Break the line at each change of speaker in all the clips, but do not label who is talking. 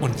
Und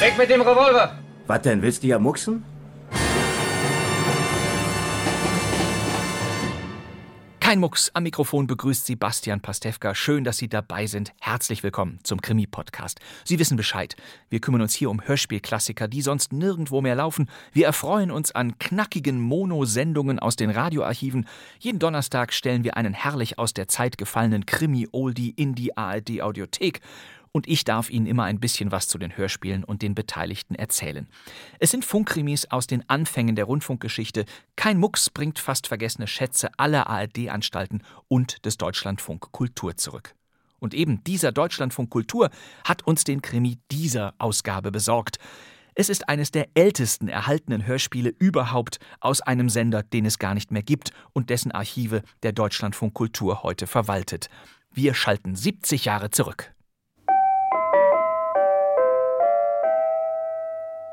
Weg mit dem Revolver!
Was denn? Willst du ja mucksen?
Kein Mucks, am Mikrofon begrüßt Sie Bastian Pastewka. Schön, dass Sie dabei sind. Herzlich willkommen zum Krimi-Podcast. Sie wissen Bescheid. Wir kümmern uns hier um Hörspielklassiker, die sonst nirgendwo mehr laufen. Wir erfreuen uns an knackigen Mono-Sendungen aus den Radioarchiven. Jeden Donnerstag stellen wir einen herrlich aus der Zeit gefallenen Krimi-Oldie in die ARD-Audiothek und ich darf Ihnen immer ein bisschen was zu den Hörspielen und den Beteiligten erzählen. Es sind Funkkrimis aus den Anfängen der Rundfunkgeschichte. Kein Mucks bringt fast vergessene Schätze aller ARD-Anstalten und des Deutschlandfunk Kultur zurück. Und eben dieser Deutschlandfunk Kultur hat uns den Krimi dieser Ausgabe besorgt. Es ist eines der ältesten erhaltenen Hörspiele überhaupt aus einem Sender, den es gar nicht mehr gibt und dessen Archive der Deutschlandfunk Kultur heute verwaltet. Wir schalten 70 Jahre zurück.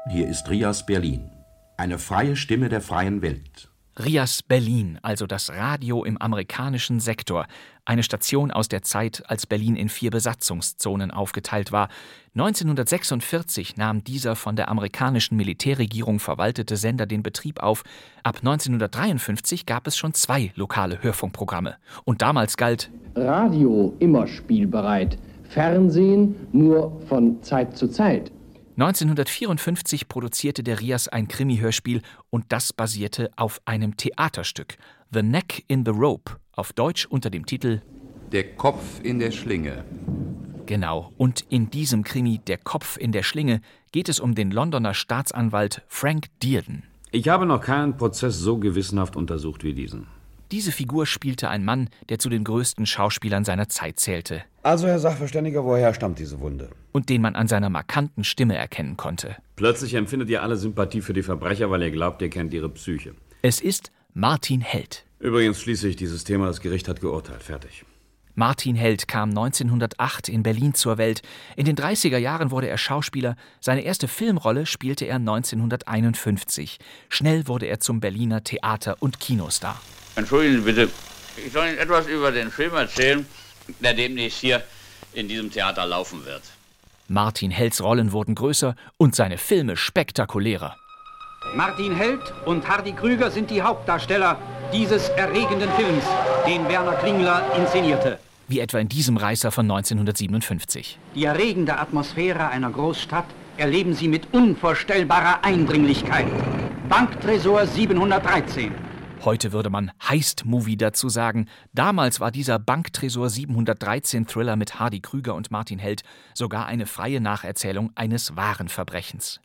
Hier ist Rias Berlin. Eine freie Stimme der freien Welt.
Rias Berlin, also das Radio im amerikanischen Sektor, eine Station aus der Zeit, als Berlin in vier Besatzungszonen aufgeteilt war. 1946 nahm dieser von der amerikanischen Militärregierung verwaltete Sender den Betrieb auf. Ab 1953 gab es schon zwei lokale Hörfunkprogramme. Und damals galt
Radio immer spielbereit, Fernsehen nur von Zeit zu Zeit.
1954 produzierte der Rias ein Krimi-Hörspiel und das basierte auf einem Theaterstück, The Neck in the Rope, auf Deutsch unter dem Titel
Der Kopf in der Schlinge.
Genau, und in diesem Krimi Der Kopf in der Schlinge geht es um den Londoner Staatsanwalt Frank Dearden.
Ich habe noch keinen Prozess so gewissenhaft untersucht wie diesen.
Diese Figur spielte ein Mann, der zu den größten Schauspielern seiner Zeit zählte
Also, Herr Sachverständiger, woher stammt diese Wunde?
und den man an seiner markanten Stimme erkennen konnte.
Plötzlich empfindet ihr alle Sympathie für die Verbrecher, weil ihr glaubt, ihr kennt ihre Psyche.
Es ist Martin Held.
Übrigens schließe ich dieses Thema, das Gericht hat geurteilt. Fertig.
Martin Held kam 1908 in Berlin zur Welt. In den 30er Jahren wurde er Schauspieler. Seine erste Filmrolle spielte er 1951. Schnell wurde er zum Berliner Theater- und Kinostar.
Entschuldigen Sie bitte, ich soll Ihnen etwas über den Film erzählen, der demnächst hier in diesem Theater laufen wird.
Martin Helds Rollen wurden größer und seine Filme spektakulärer.
Martin Held und Hardy Krüger sind die Hauptdarsteller dieses erregenden Films, den Werner Klingler inszenierte.
Wie etwa in diesem Reißer von 1957.
Die erregende Atmosphäre einer Großstadt erleben sie mit unvorstellbarer Eindringlichkeit. Banktresor 713.
Heute würde man Heist-Movie dazu sagen. Damals war dieser Banktresor 713-Thriller mit Hardy Krüger und Martin Held sogar eine freie Nacherzählung eines wahren Verbrechens.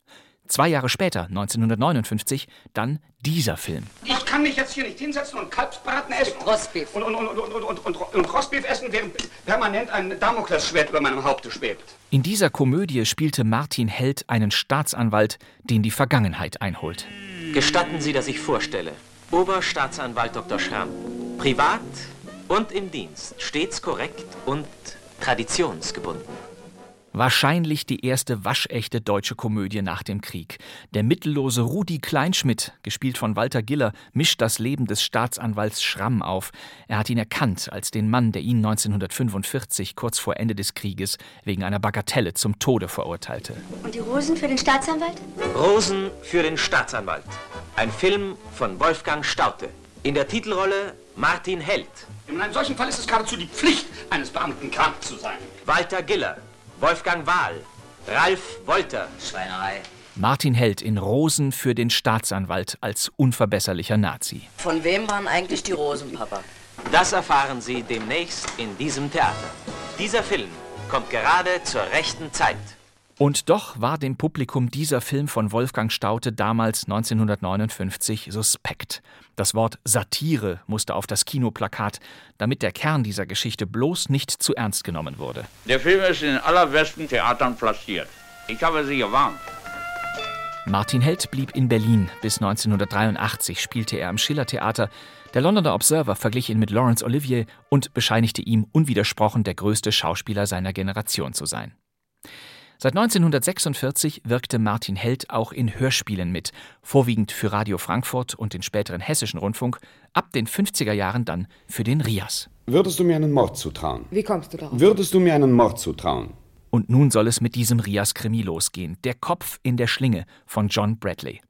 Zwei Jahre später, 1959, dann dieser Film.
Ich kann mich jetzt hier nicht hinsetzen und Kalbsbraten essen. und-
Rostbeef.
Und, und, und, und, und, und, und, und Rostbeef essen, während permanent ein Damoklesschwert über meinem Haupte schwebt.
In dieser Komödie spielte Martin Held einen Staatsanwalt, den die Vergangenheit einholt.
Gestatten Sie, dass ich vorstelle. Oberstaatsanwalt Dr. Schramm. Privat und im Dienst. Stets korrekt und traditionsgebunden.
Wahrscheinlich die erste waschechte deutsche Komödie nach dem Krieg. Der mittellose Rudi Kleinschmidt, gespielt von Walter Giller, mischt das Leben des Staatsanwalts Schramm auf. Er hat ihn erkannt als den Mann, der ihn 1945, kurz vor Ende des Krieges, wegen einer Bagatelle zum Tode verurteilte.
Und die Rosen für den Staatsanwalt?
Rosen für den Staatsanwalt. Ein Film von Wolfgang Staute. In der Titelrolle Martin Held,
In einem solchen Fall ist es geradezu die Pflicht eines Beamten, krank zu sein.
Walter Giller, Wolfgang Wahl, Ralf Wolter.
Schweinerei.
Martin Held in Rosen für den Staatsanwalt als unverbesserlicher Nazi.
Von wem waren eigentlich die Rosen, Papa?
Das erfahren Sie demnächst in diesem Theater. Dieser Film kommt gerade zur rechten Zeit.
Und doch war dem Publikum dieser Film von Wolfgang Staute damals 1959 suspekt. Das Wort Satire musste auf das Kinoplakat, damit der Kern dieser Geschichte bloß nicht zu ernst genommen wurde.
Der Film ist in den allerbesten Theatern platziert. Ich habe Sie gewarnt.
Martin Held blieb in Berlin. Bis 1983 spielte er am Schillertheater. Der Londoner Observer verglich ihn mit Laurence Olivier und bescheinigte ihm unwidersprochen der größte Schauspieler seiner Generation zu sein. Seit 1946 wirkte Martin Held auch in Hörspielen mit, vorwiegend für Radio Frankfurt und den späteren Hessischen Rundfunk, ab den 50er Jahren dann für den RIAS.
Würdest du mir einen Mord zutrauen?
Wie kommst du darauf?
Würdest du mir einen Mord zutrauen?
Und nun soll es mit diesem Rias-Krimi losgehen. Der Kopf in der Schlinge von John Bradley.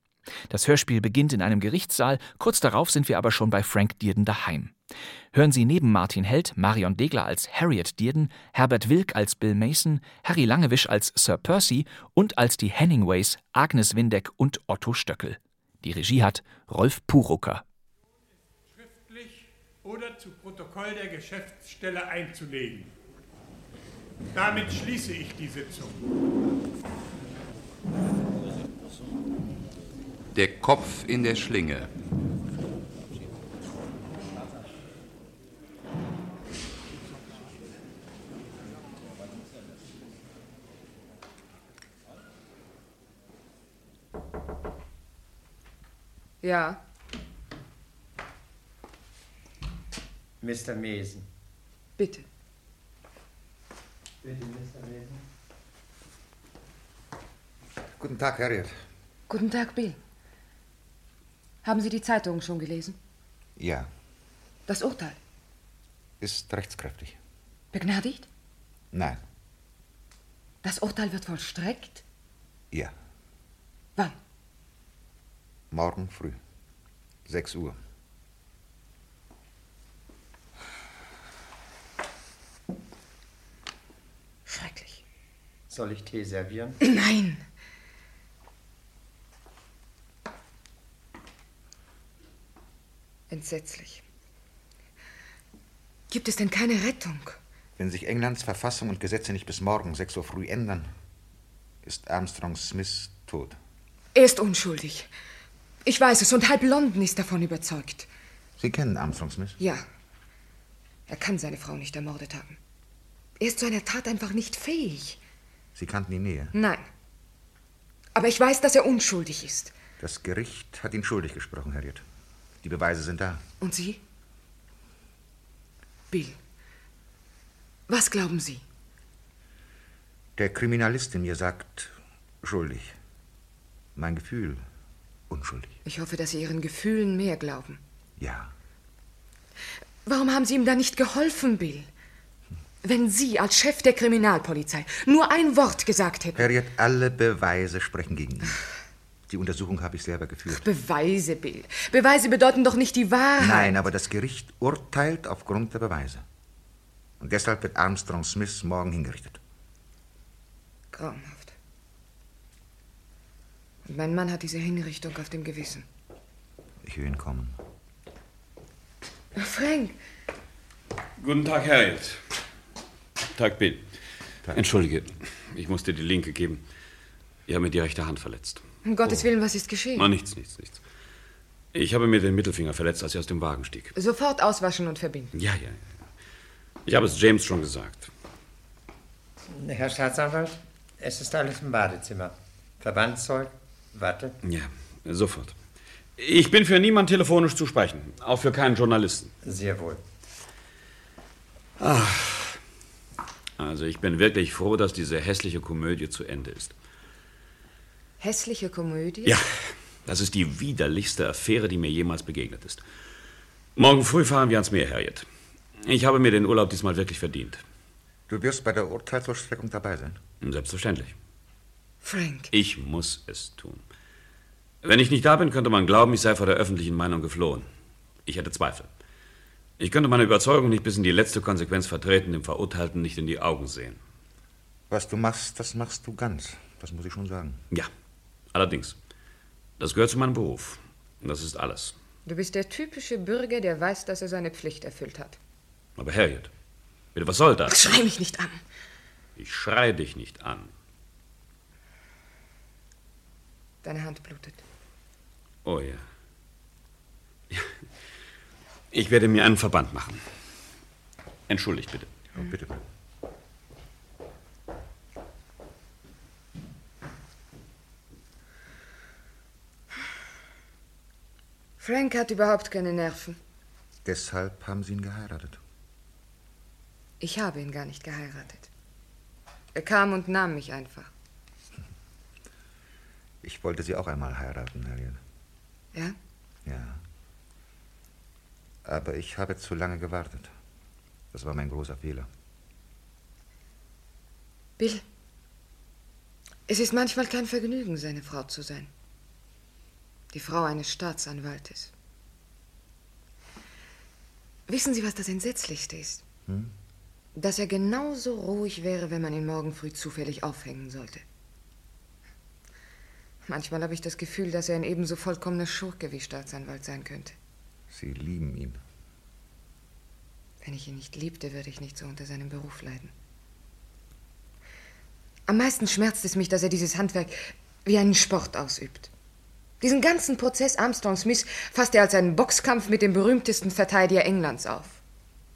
Das Hörspiel beginnt in einem Gerichtssaal, kurz darauf sind wir aber schon bei Frank Dearden daheim. Hören Sie neben Martin Held, Marion Degler als Harriet Dearden, Herbert Wilk als Bill Mason, Harry Langewisch als Sir Percy und als die Henningways Agnes Windeck und Otto Stöckel. Die Regie hat Rolf Purucker.
oder zu Protokoll der Geschäftsstelle einzulegen. Damit schließe ich die Sitzung.
Der Kopf in der Schlinge.
Ja,
Mr. Mason.
bitte.
Bitte, Mr. Mason.
Guten Tag, Harriet.
Guten Tag, Bill. Haben Sie die Zeitungen schon gelesen?
Ja,
Das Urteil.
ist rechtskräftig.
Begnadigt?
Nein,
Das Urteil wird vollstreckt?
ja.
Wann?
Morgen früh. 6 Uhr.
Schrecklich.
Soll ich Tee servieren?
Nein. Entsetzlich. Gibt es denn keine Rettung?
Wenn sich Englands Verfassung und Gesetze nicht bis morgen 6 Uhr früh ändern, ist Armstrong Smith tot.
Er ist unschuldig. Ich weiß es und halb London ist davon überzeugt.
Sie kennen Armstrong Smith?
Ja. Er kann seine Frau nicht ermordet haben. Er ist zu einer Tat einfach nicht fähig.
Sie kannten ihn näher.
Nein. Aber ich weiß, dass er unschuldig ist.
Das Gericht hat ihn schuldig gesprochen, Harriet. Die Beweise sind da.
Und Sie? Bill. Was glauben Sie?
Der Kriminalist in mir sagt schuldig. Mein Gefühl unschuldig.
Ich hoffe, dass Sie Ihren Gefühlen mehr glauben.
Ja.
Warum haben Sie ihm da nicht geholfen, Bill? Wenn Sie als Chef der Kriminalpolizei nur ein Wort gesagt hätten.
Harriet, alle Beweise sprechen gegen ihn. Die Untersuchung habe ich selber geführt.
Beweise, Bill. Beweise bedeuten doch nicht die Wahrheit.
Nein, aber das Gericht urteilt aufgrund der Beweise. Und deshalb wird Armstrong Smith morgen hingerichtet.
Grauenhaft. Und mein Mann hat diese Hinrichtung auf dem Gewissen.
Ich höre ihn kommen.
Frank,
Guten Tag, Harriet. Tag, Bill. Entschuldige, ich musste die linke geben. Ihr habt mir die rechte Hand verletzt.
um Gottes Willen, was ist geschehen?
Na, Oh. nichts, nichts, nichts. Ich habe mir den Mittelfinger verletzt, als ich aus dem Wagen stieg.
Sofort auswaschen und verbinden.
Ja, ja. ja. Ich habe es James schon gesagt.
Herr Staatsanwalt, es ist alles im Badezimmer. Verbandszeug, Watte.
Ja, sofort. Ich bin für niemand telefonisch zu sprechen, auch für keinen Journalisten.
Sehr wohl.
Ach. Also ich bin wirklich froh, dass diese hässliche Komödie zu Ende ist.
Hässliche Komödie?
Ja, das ist die widerlichste Affäre, die mir jemals begegnet ist. Morgen früh fahren wir ans Meer, Harriet. Ich habe mir den Urlaub diesmal wirklich verdient.
Du wirst bei der Urteilsvollstreckung dabei sein?
Selbstverständlich.
Frank.
Ich muss es tun. Wenn ich nicht da bin, könnte man glauben, ich sei vor der öffentlichen Meinung geflohen. Ich hätte Zweifel. Ich könnte meine Überzeugung nicht bis in die letzte Konsequenz vertreten, dem Verurteilten nicht in die Augen sehen.
Was du machst, das machst du ganz. Das muss ich schon sagen.
Ja, allerdings. Das gehört zu meinem Beruf. Und Das ist alles.
Du bist der typische Bürger, der weiß, dass er seine Pflicht erfüllt hat.
Aber Harriet, bitte, was soll das?
Schrei mich nicht an.
Ich schrei dich nicht an.
Deine Hand blutet.
Oh ja. Ich werde mir einen Verband machen. Entschuldigt bitte.
bitte.
Frank hat überhaupt keine Nerven.
Deshalb haben Sie ihn geheiratet.
Ich habe ihn gar nicht geheiratet. Er kam und nahm mich einfach.
Ich wollte Sie auch einmal heiraten, Harriet.
Ja?
Ja. Aber ich habe zu lange gewartet. Das war mein großer Fehler.
Bill, es ist manchmal kein Vergnügen, seine Frau zu sein. Die Frau eines Staatsanwaltes. Wissen Sie, was das Entsetzlichste ist?
Hm?
Dass er genauso ruhig wäre, wenn man ihn morgen früh zufällig aufhängen sollte. Manchmal habe ich das Gefühl, dass er ein ebenso vollkommener Schurke wie Staatsanwalt sein könnte.
Sie lieben ihn.
Wenn ich ihn nicht liebte, würde ich nicht so unter seinem Beruf leiden. Am meisten schmerzt es mich, dass er dieses Handwerk wie einen Sport ausübt. Diesen ganzen Prozess Armstrong Smith fasst er als einen Boxkampf mit dem berühmtesten Verteidiger Englands auf.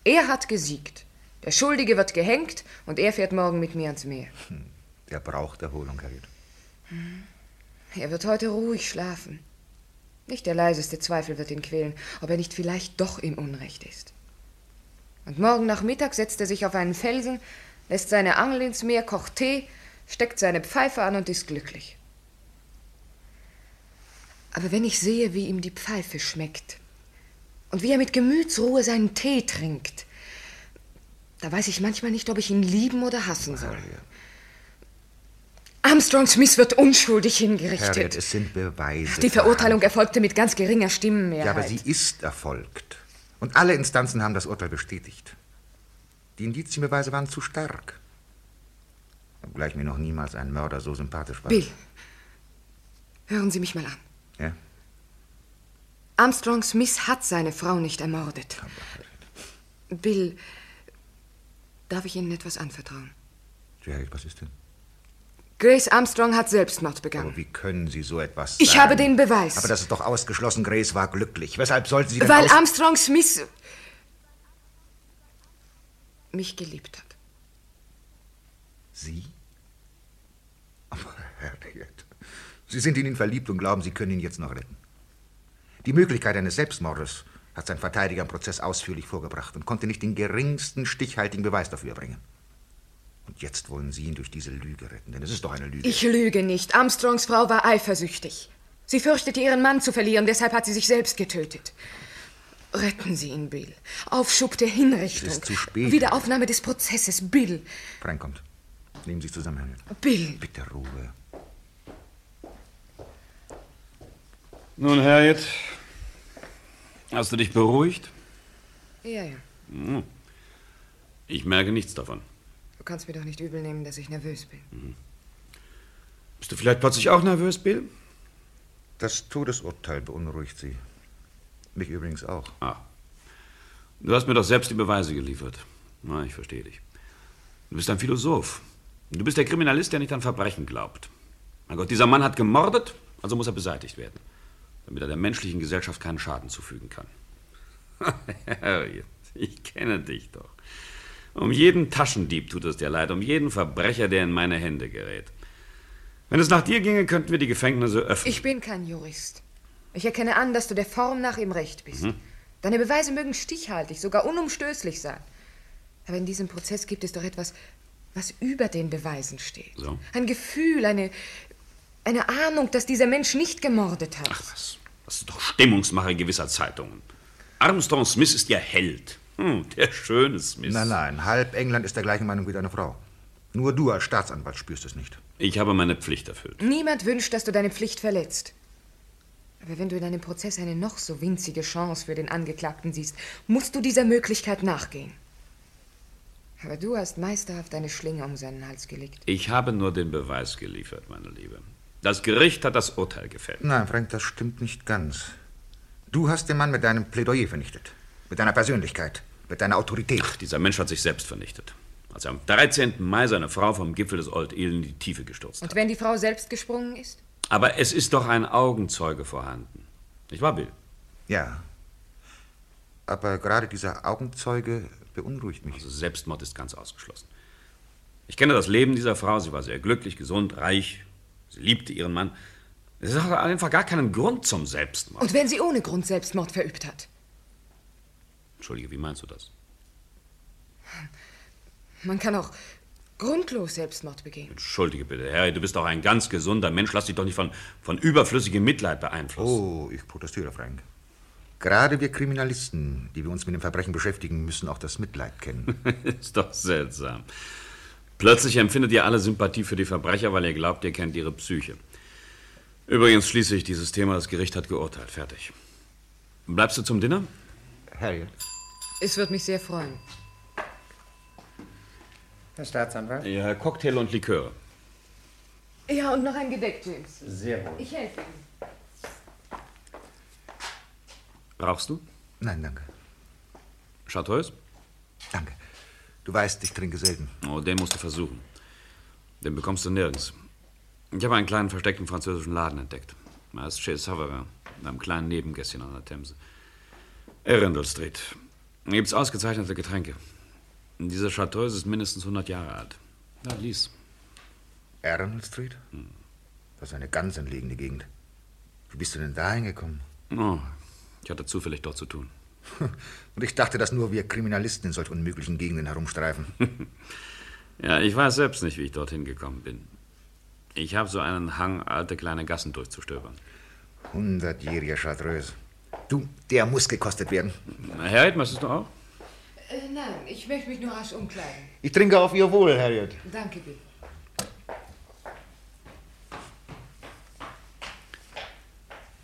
Er hat gesiegt. Der Schuldige wird gehängt und er fährt morgen mit mir ans Meer.
Er braucht Erholung, Harriet.
Er wird heute ruhig schlafen. Nicht der leiseste Zweifel wird ihn quälen, ob er nicht vielleicht doch im Unrecht ist. Und morgen Nachmittag setzt er sich auf einen Felsen, lässt seine Angel ins Meer, kocht Tee, steckt seine Pfeife an und ist glücklich. Aber wenn ich sehe, wie ihm die Pfeife schmeckt und wie er mit Gemütsruhe seinen Tee trinkt, da weiß ich manchmal nicht, ob ich ihn lieben oder hassen soll. Armstrong Smith wird unschuldig hingerichtet.
Harriet, es sind Beweise.
Die Verurteilung erfolgte mit ganz geringer Stimmenmehrheit.
Ja, aber sie ist erfolgt. Und alle Instanzen haben das Urteil bestätigt. Die Indizienbeweise waren zu stark. Obgleich mir noch niemals ein Mörder so sympathisch war.
Bill, hören Sie mich mal an.
Ja?
Armstrong Smith hat seine Frau nicht ermordet. Bill, darf ich Ihnen etwas anvertrauen?
Ja, Harriet, was ist denn?
Grace Armstrong hat Selbstmord begangen.
Aber wie können Sie so etwas sagen?
Ich habe den Beweis.
Aber das ist doch ausgeschlossen. Grace war glücklich. Weshalb sollten Oh, Sie denn
Weil
aus...
Armstrong Smith mich geliebt hat.
Sie? Aber Harriet, Sie sind in ihn verliebt und glauben, Sie können ihn jetzt noch retten. Die Möglichkeit eines Selbstmordes hat sein Verteidiger im Prozess ausführlich vorgebracht und konnte nicht den geringsten stichhaltigen Beweis dafür bringen. Und jetzt wollen Sie ihn durch diese Lüge retten, denn es ist doch eine Lüge.
Ich lüge nicht. Armstrongs Frau war eifersüchtig. Sie fürchtete, ihren Mann zu verlieren, deshalb hat sie sich selbst getötet. Retten Sie ihn, Bill. Aufschub der Hinrichtung.
Es ist zu spät.
Wiederaufnahme des Prozesses, Bill.
Frank kommt. Nehmen Sie sich zusammen, Harriet.
Bill.
Bitte Ruhe.
Nun, Harriet, hast du dich beruhigt?
Ja, ja.
Hm. Ich merke nichts davon.
Du kannst mir doch nicht übel nehmen, dass ich nervös bin.
Bist du vielleicht plötzlich auch nervös, Bill?
Das Todesurteil beunruhigt Sie. Mich übrigens auch.
Ah. Du hast mir doch selbst die Beweise geliefert. Na, ich verstehe dich. Du bist ein Philosoph. Du bist der Kriminalist, der nicht an Verbrechen glaubt. Mein Gott, dieser Mann hat gemordet, also muss er beseitigt werden, damit er der menschlichen Gesellschaft keinen Schaden zufügen kann. Harriet, ich kenne dich doch. Um jeden Taschendieb tut es dir leid, um jeden Verbrecher, der in meine Hände gerät. Wenn es nach dir ginge, könnten wir die Gefängnisse öffnen.
Ich bin kein Jurist. Ich erkenne an, dass du der Form nach im Recht bist.
Mhm.
Deine Beweise mögen stichhaltig, sogar unumstößlich sein. Aber in diesem Prozess gibt es doch etwas, was über den Beweisen steht.
So.
Ein Gefühl, eine, eine Ahnung, dass dieser Mensch nicht gemordet hat.
Das ist doch Stimmungsmache gewisser Zeitungen. Armstrong Smith ist ihr Held. Hm, der schöne Smith.
Nein, nein, halb England ist der gleichen Meinung wie deine Frau. Nur du als Staatsanwalt spürst es nicht.
Ich habe meine Pflicht erfüllt.
Niemand wünscht, dass du deine Pflicht verletzt. Aber wenn du in einem Prozess eine noch so winzige Chance für den Angeklagten siehst, musst du dieser Möglichkeit nachgehen. Aber du hast meisterhaft eine Schlinge um seinen Hals gelegt.
Ich habe nur den Beweis geliefert, meine Liebe. Das Gericht hat das Urteil gefällt.
Nein, Frank, das stimmt nicht ganz. Du hast den Mann mit deinem Plädoyer vernichtet. Mit deiner Persönlichkeit. Mit deiner Autorität.
Dieser Mensch hat sich selbst vernichtet, als er am 13. Mai seine Frau vom Gipfel des Old Eel in die Tiefe gestürzt hat.
Und wenn die Frau selbst gesprungen ist?
Aber es ist doch ein Augenzeuge vorhanden. Nicht wahr, Bill?
Ja. Aber gerade dieser Augenzeuge beunruhigt mich.
Also Selbstmord ist ganz ausgeschlossen. Ich kenne das Leben dieser Frau. Sie war sehr glücklich, gesund, reich. Sie liebte ihren Mann. Es ist auch einfach gar keinen Grund zum Selbstmord.
Und wenn sie ohne Grund Selbstmord verübt hat?
Entschuldige, wie meinst du das?
Man kann auch grundlos Selbstmord begehen.
Entschuldige bitte, Harry, du bist doch ein ganz gesunder Mensch. Lass dich doch nicht von, von überflüssigem Mitleid beeinflussen.
Oh, ich protestiere, Frank. Gerade wir Kriminalisten, die wir uns mit dem Verbrechen beschäftigen, müssen auch das Mitleid
Hm.
kennen.
ist doch seltsam. Plötzlich empfindet ihr alle Sympathie für die Verbrecher, weil ihr glaubt, ihr kennt ihre Psyche. Übrigens schließe ich dieses Thema. Das Gericht hat geurteilt. Fertig. Bleibst du zum Dinner?
Harriet.
Es würde mich sehr freuen.
Herr Staatsanwalt?
Ja, Cocktail und Liköre.
Ja, und noch ein Gedeck, James.
Sehr wohl.
Ich helfe Ihnen.
Rauchst du?
Nein, danke.
Chartreuse?
Danke. Du weißt, ich trinke selten.
Oh, den musst du versuchen. Den bekommst du nirgends. Ich habe einen kleinen versteckten französischen Laden entdeckt. Er ist chez Savarin, in einem kleinen Nebengässchen an der Themse. Arundel Street. Da gibt's ausgezeichnete Getränke. Und Diese Chartreuse ist mindestens 100 Jahre alt. Na, lies.
Arundel Street?
Hm.
Das ist eine ganz entlegene Gegend. Wie bist du denn da hingekommen?
Oh, ich hatte zufällig dort zu tun.
Und ich dachte, dass nur wir Kriminalisten in solch unmöglichen Gegenden herumstreifen.
Hm. Ja, ich weiß selbst nicht, wie ich dorthin gekommen bin. Ich habe so einen Hang, alte kleine Gassen durchzustöbern.
Hundertjähriger Chartreuse. Du, der muss gekostet werden.
Harriet, machst du es doch auch?
Äh, nein, ich möchte mich nur rasch umkleiden.
Ich trinke auf Ihr Wohl, Harriet.
Danke, Bill.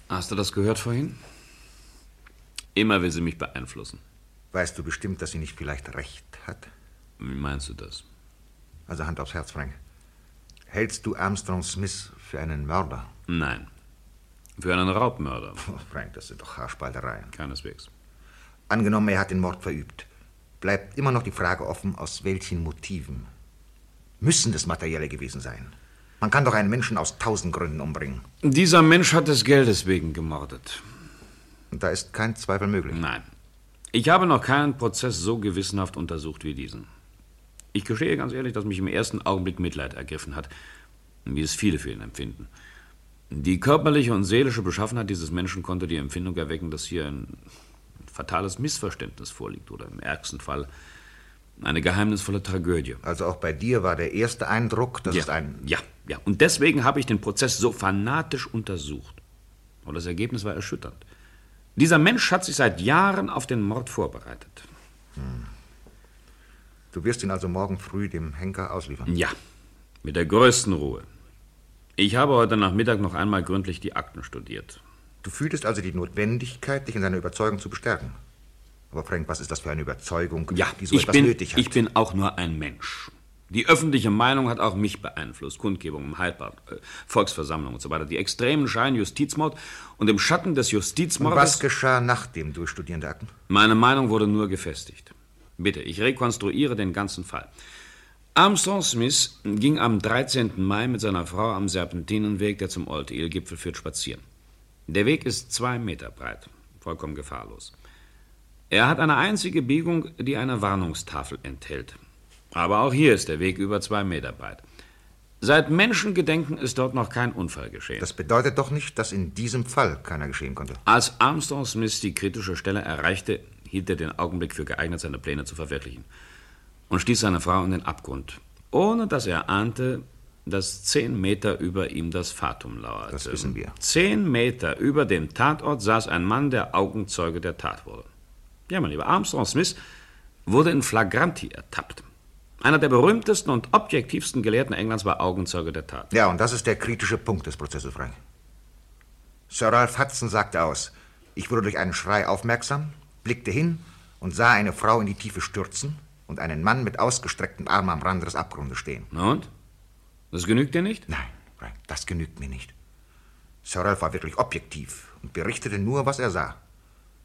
Hast du das gehört vorhin? Immer will sie mich beeinflussen.
Weißt du bestimmt, dass sie nicht vielleicht recht hat?
Wie meinst du das?
Also Hand aufs Herz, Frank. Hältst du Armstrong Smith für einen Mörder?
Nein. Für einen Raubmörder.
Frank, das sind doch Haarspaltereien.
Keineswegs.
Angenommen, er hat den Mord verübt. Bleibt immer noch die Frage offen, aus welchen Motiven. Müssen es materielle gewesen sein? Man kann doch einen Menschen aus tausend Gründen umbringen.
Dieser Mensch hat des Geldes wegen gemordet.
Und da ist kein Zweifel möglich.
Nein. Ich habe noch keinen Prozess so gewissenhaft untersucht wie diesen. Ich gestehe ganz ehrlich, dass mich im ersten Augenblick Mitleid ergriffen hat, wie es viele für ihn empfinden. Die körperliche und seelische Beschaffenheit dieses Menschen konnte die Empfindung erwecken, dass hier ein fatales Missverständnis vorliegt oder im ärgsten Fall eine geheimnisvolle Tragödie.
Also auch bei dir war der erste Eindruck, dass
ja,
es ein.
Ja, ja. Und deswegen habe ich den Prozess so fanatisch untersucht. Und das Ergebnis war erschütternd. Dieser Mensch hat sich seit Jahren auf den Mord vorbereitet.
Hm. Du wirst ihn also morgen früh dem Henker ausliefern.
Ja, mit der größten Ruhe. Ich habe heute Nachmittag noch einmal gründlich die Akten studiert.
Du fühltest also die Notwendigkeit, dich in deiner Überzeugung zu bestärken. Aber Frank, was ist das für eine Überzeugung, die so
ich
etwas
bin,
nötig hat?
Ich bin auch nur ein Mensch. Die öffentliche Meinung hat auch mich beeinflusst. Kundgebung im Heilbad, äh, Volksversammlung und so weiter. Die Extremen scheinen Justizmord und im Schatten des
Und
Justizmordes...
was geschah nach dem Durchstudieren der Akten?
Meine Meinung wurde nur gefestigt. Bitte, ich rekonstruiere den ganzen Fall. Armstrong Smith ging am 13. Mai mit seiner Frau am Serpentinenweg, der zum Old Eel-Gipfel führt, spazieren. Der Weg ist zwei Meter breit, vollkommen gefahrlos. Er hat eine einzige Biegung, die eine Warnungstafel enthält. Aber auch hier ist der Weg über zwei Meter breit. Seit Menschengedenken ist dort noch kein Unfall geschehen.
Das bedeutet doch nicht, dass in diesem Fall keiner geschehen konnte.
Als Armstrong Smith die kritische Stelle erreichte, hielt er den Augenblick für geeignet, seine Pläne zu verwirklichen und stieß seine Frau in den Abgrund, ohne dass er ahnte, dass zehn Meter über ihm das Fatum lauerte. Das wissen wir. Zehn Meter über dem Tatort saß ein Mann, der Augenzeuge der Tat wurde. Ja, mein lieber Armstrong Smith wurde in Flagranti ertappt. Einer der berühmtesten und objektivsten Gelehrten Englands war Augenzeuge der Tat.
Ja, und das ist der kritische Punkt des Prozesses, Frank. Sir Ralph Hudson sagte aus, ich wurde durch einen Schrei aufmerksam, blickte hin und sah eine Frau in die Tiefe stürzen und einen Mann mit ausgestreckten Armen am Rande des Abgrundes stehen.
Na und? Das genügt dir nicht?
Nein, Frank, das genügt mir nicht. Sir Ralph war wirklich objektiv und berichtete nur, was er sah.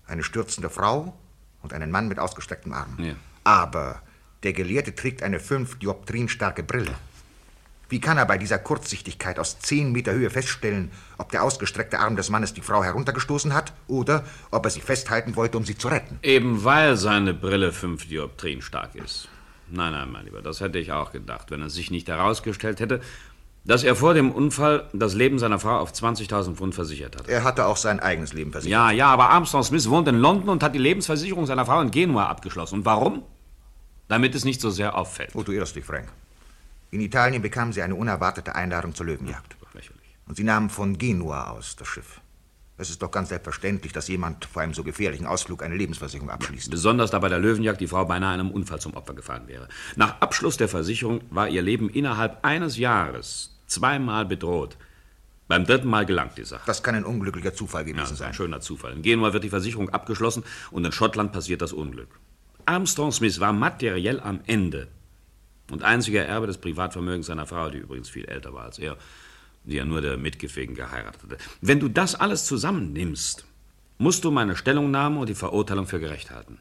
Eine stürzende Frau und einen Mann mit ausgestreckten Armen.
Ja.
Aber der Gelehrte trägt eine fünf Dioptrien starke Brille. Wie kann er bei dieser Kurzsichtigkeit aus zehn Meter Höhe feststellen, ob der ausgestreckte Arm des Mannes die Frau heruntergestoßen hat oder ob er sie festhalten wollte, um sie zu retten?
Eben weil seine Brille fünf Dioptrien stark ist. Nein, nein, mein Lieber, das hätte ich auch gedacht, wenn es sich nicht herausgestellt hätte, dass er vor dem Unfall das Leben seiner Frau auf 20.000 Pfund versichert hat.
Er hatte auch sein eigenes Leben versichert.
Ja, ja, aber Armstrong Smith wohnt in London und hat die Lebensversicherung seiner Frau in Genua abgeschlossen. Und warum? Damit es nicht so sehr auffällt.
Oh, du irrst dich, Frank. In Italien bekamen sie eine unerwartete Einladung zur Löwenjagd. Und sie nahmen von Genua aus das Schiff. Es ist doch ganz selbstverständlich, dass jemand vor einem so gefährlichen Ausflug eine Lebensversicherung abschließt.
Besonders da bei der Löwenjagd die Frau beinahe einem Unfall zum Opfer gefallen wäre. Nach Abschluss der Versicherung war ihr Leben innerhalb eines Jahres zweimal bedroht. Beim dritten Mal gelangt die Sache.
Das kann ein unglücklicher Zufall gewesen
ja, sein. Ein schöner Zufall. In Genua wird die Versicherung abgeschlossen und in Schottland passiert das Unglück. Armstrong Smith war materiell am Ende und einziger Erbe des Privatvermögens seiner Frau, die übrigens viel älter war als er, die ja nur der Mitgefegen geheiratet hatte. Wenn du das alles zusammennimmst, musst du meine Stellungnahme und die Verurteilung für gerecht halten.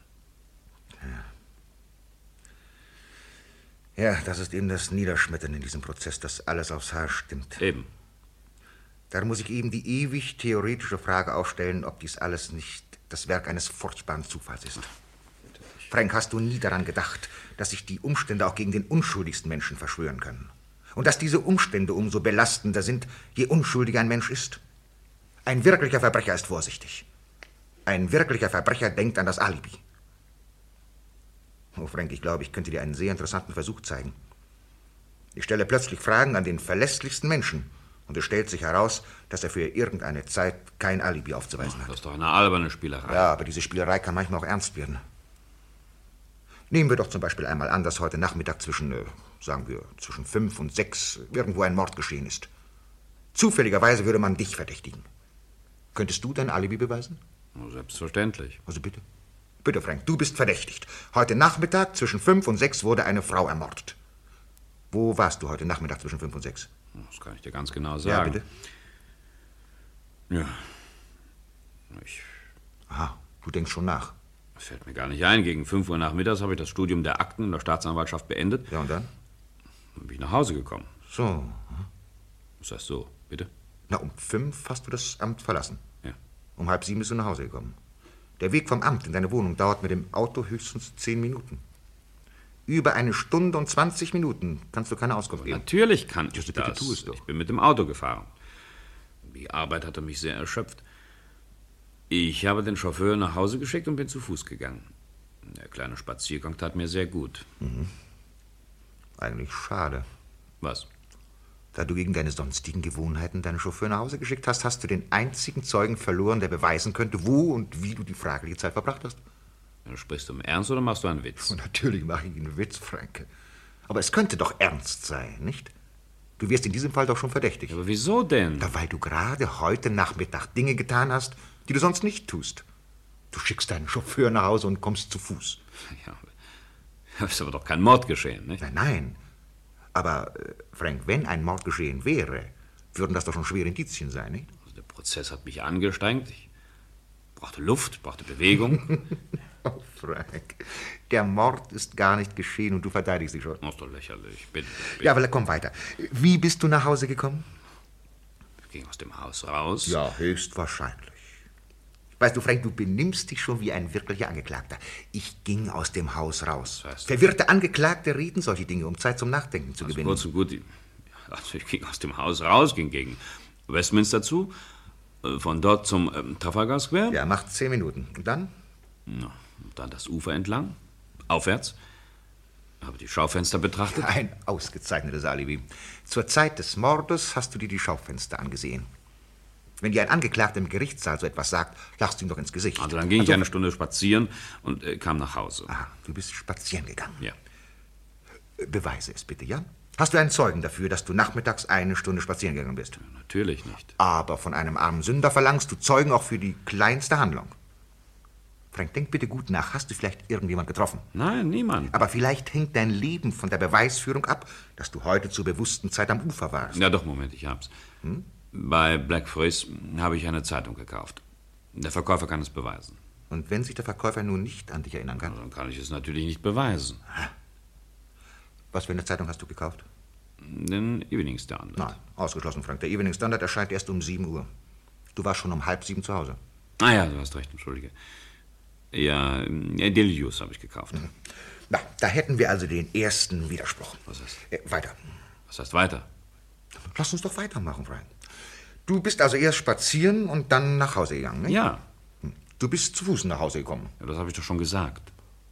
Ja, das ist eben das Niederschmettern in diesem Prozess, dass alles aufs Haar stimmt.
Eben.
Dann muss ich eben die ewig theoretische Frage aufstellen, ob dies alles nicht das Werk eines furchtbaren Zufalls ist. Frank, hast du nie daran gedacht, dass sich die Umstände auch gegen den unschuldigsten Menschen verschwören können? Und dass diese Umstände umso belastender sind, je unschuldiger ein Mensch ist? Ein wirklicher Verbrecher ist vorsichtig. Ein wirklicher Verbrecher denkt an das Alibi. Oh, Frank, ich glaube, ich könnte dir einen sehr interessanten Versuch zeigen. Ich stelle plötzlich Fragen an den verlässlichsten Menschen. Und es stellt sich heraus, dass er für irgendeine Zeit kein Alibi aufzuweisen hat.
Das ist doch eine alberne Spielerei.
Ja, aber diese Spielerei kann manchmal auch ernst werden. Nehmen wir doch zum Beispiel einmal an, dass heute Nachmittag zwischen, äh, sagen wir, zwischen fünf und sechs irgendwo ein Mord geschehen ist. Zufälligerweise würde man dich verdächtigen. Könntest du dein Alibi beweisen?
Selbstverständlich.
Also bitte. Bitte, Frank, du bist verdächtigt. Heute Nachmittag zwischen fünf und sechs wurde eine Frau ermordet. Wo warst du heute Nachmittag zwischen fünf und sechs?
Das kann ich dir ganz genau
Ja,
sagen.
bitte.
Ja. Ich.
Aha, Ah, du denkst schon nach.
Das fällt mir gar nicht ein. Gegen 5 Uhr nachmittags habe ich das Studium der Akten in der Staatsanwaltschaft beendet.
Ja, und dann?
Dann bin ich nach Hause gekommen.
So.
Was heißt so, bitte?
Na, um fünf hast du das Amt verlassen.
Ja.
Um halb sieben bist du nach Hause gekommen. Der Weg vom Amt in deine Wohnung dauert mit dem Auto höchstens zehn Minuten. Über eine Stunde und 20 Minuten kannst du keine Auskunft geben.
Natürlich kann ich
bitte
das.
tu es
Ich bin mit dem Auto gefahren. Die Arbeit hatte mich sehr erschöpft. Ich habe den Chauffeur nach Hause geschickt und bin zu Fuß gegangen. Der kleine Spaziergang tat mir sehr gut.
Mhm. Eigentlich schade.
Was?
Da du gegen deine sonstigen Gewohnheiten deinen Chauffeur nach Hause geschickt hast, hast du den einzigen Zeugen verloren, der beweisen könnte, wo und wie du die fragliche Zeit verbracht hast.
Sprichst du im Ernst oder machst du einen Witz?
Natürlich mache ich einen Witz, Franke. Aber es könnte doch ernst sein, nicht? Du wirst in diesem Fall doch schon verdächtig.
Aber wieso denn?
Na, weil du gerade heute Nachmittag Dinge getan hast, die du sonst nicht tust. Du schickst deinen Chauffeur nach Hause und kommst zu Fuß.
Ja, aber ist aber doch kein Mord geschehen, nicht?
Nein, nein. Aber, äh, Frank, wenn ein Mord geschehen wäre, würden das doch schon schwere Indizien sein, nicht?
Also Der Prozess hat mich angestrengt. Ich brauchte Luft, brauchte Bewegung.
Oh, Frank, der Mord ist gar nicht geschehen und du verteidigst dich schon.
Das ist doch lächerlich. Bitte, bitte.
Ja, aber komm weiter. Wie bist du nach Hause gekommen?
Ich ging aus dem Haus raus.
Ja, höchstwahrscheinlich. Weißt du, Frank, du benimmst dich schon wie ein wirklicher Angeklagter. Ich ging aus dem Haus raus. Verwirrte Angeklagte reden solche Dinge, um Zeit zum Nachdenken zu gewinnen.
Kurz und gut, ich- also ich ging aus dem Haus raus, ging gegen Westminster zu, äh, von dort zum ähm, Trafalgar Square.
Ja, macht zehn Minuten. Und dann?
Na, und dann das Ufer entlang, aufwärts. Habe die Schaufenster betrachtet.
Ein ausgezeichnetes Alibi. Zur Zeit des Mordes hast du dir die Schaufenster angesehen. Wenn dir ein Angeklagter im Gerichtssaal so etwas sagt, lachst du ihm doch ins Gesicht.
Also dann ging
Also,
ich eine Stunde spazieren und äh, kam nach Hause. Ah,
du bist spazieren gegangen.
Ja.
Beweise es bitte, ja? Hast du einen Zeugen dafür, dass du nachmittags eine Stunde spazieren gegangen bist?
Natürlich nicht.
Aber von einem armen Sünder verlangst du Zeugen auch für die kleinste Handlung. Frank, denk bitte gut nach. Hast du vielleicht irgendjemand getroffen?
Nein, niemand.
Aber vielleicht hängt dein Leben von der Beweisführung ab, dass du heute zur bewussten Zeit am Ufer warst.
Ja, doch, Moment, ich hab's.
Hm?
Bei Blackfriars habe ich eine Zeitung gekauft. Der Verkäufer kann es beweisen.
Und wenn sich der Verkäufer nun nicht an dich erinnern kann?
Dann kann ich es natürlich nicht beweisen.
Was für eine Zeitung hast du gekauft?
Den Evening Standard.
Nein, ausgeschlossen, Frank. Der Evening Standard erscheint erst um 7 Uhr. Du warst schon um halb sieben zu Hause.
Ah ja, du hast recht, entschuldige. Ja, äh, Delius habe ich gekauft.
Hm. Na, da hätten wir also den ersten Widerspruch. Was ist? Äh, weiter.
Was heißt weiter?
Lass uns doch weitermachen, Brian. Du bist also erst spazieren und dann nach Hause gegangen, ne?
Ja.
Du bist zu Fuß nach Hause gekommen.
Ja, das habe ich doch schon gesagt.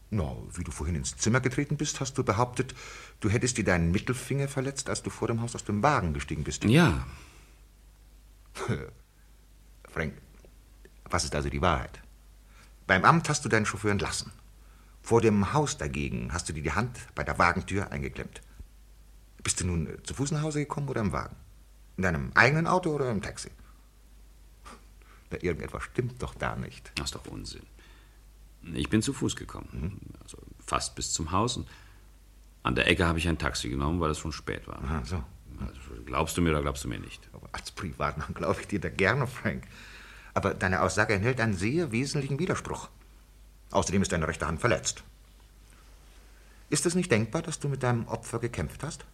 Na, wie du vorhin ins Zimmer getreten bist, hast du behauptet, du hättest dir deinen Mittelfinger verletzt, als du vor dem Haus aus dem Wagen gestiegen bist.
Ja.
Frank, was ist also die Wahrheit? Beim Amt hast du deinen Chauffeur entlassen. Vor dem Haus dagegen hast du dir die Hand bei der Wagentür eingeklemmt. Bist du nun äh, zu Fuß nach Hause gekommen oder im Wagen? In deinem eigenen Auto oder im Taxi? Na, irgendetwas stimmt doch da nicht.
Das ist doch Unsinn. Ich bin zu Fuß gekommen.
Mhm.
Also fast bis zum Haus. Und an der Ecke habe ich ein Taxi genommen, weil es schon spät war.
Aha, so.
Also, glaubst du mir oder glaubst du mir nicht?
Aber als Privatmann glaube ich dir da gerne, Frank. Aber deine Aussage enthält einen sehr wesentlichen Widerspruch. Außerdem ist deine rechte Hand verletzt. Ist es nicht denkbar, dass du mit deinem Opfer gekämpft hast?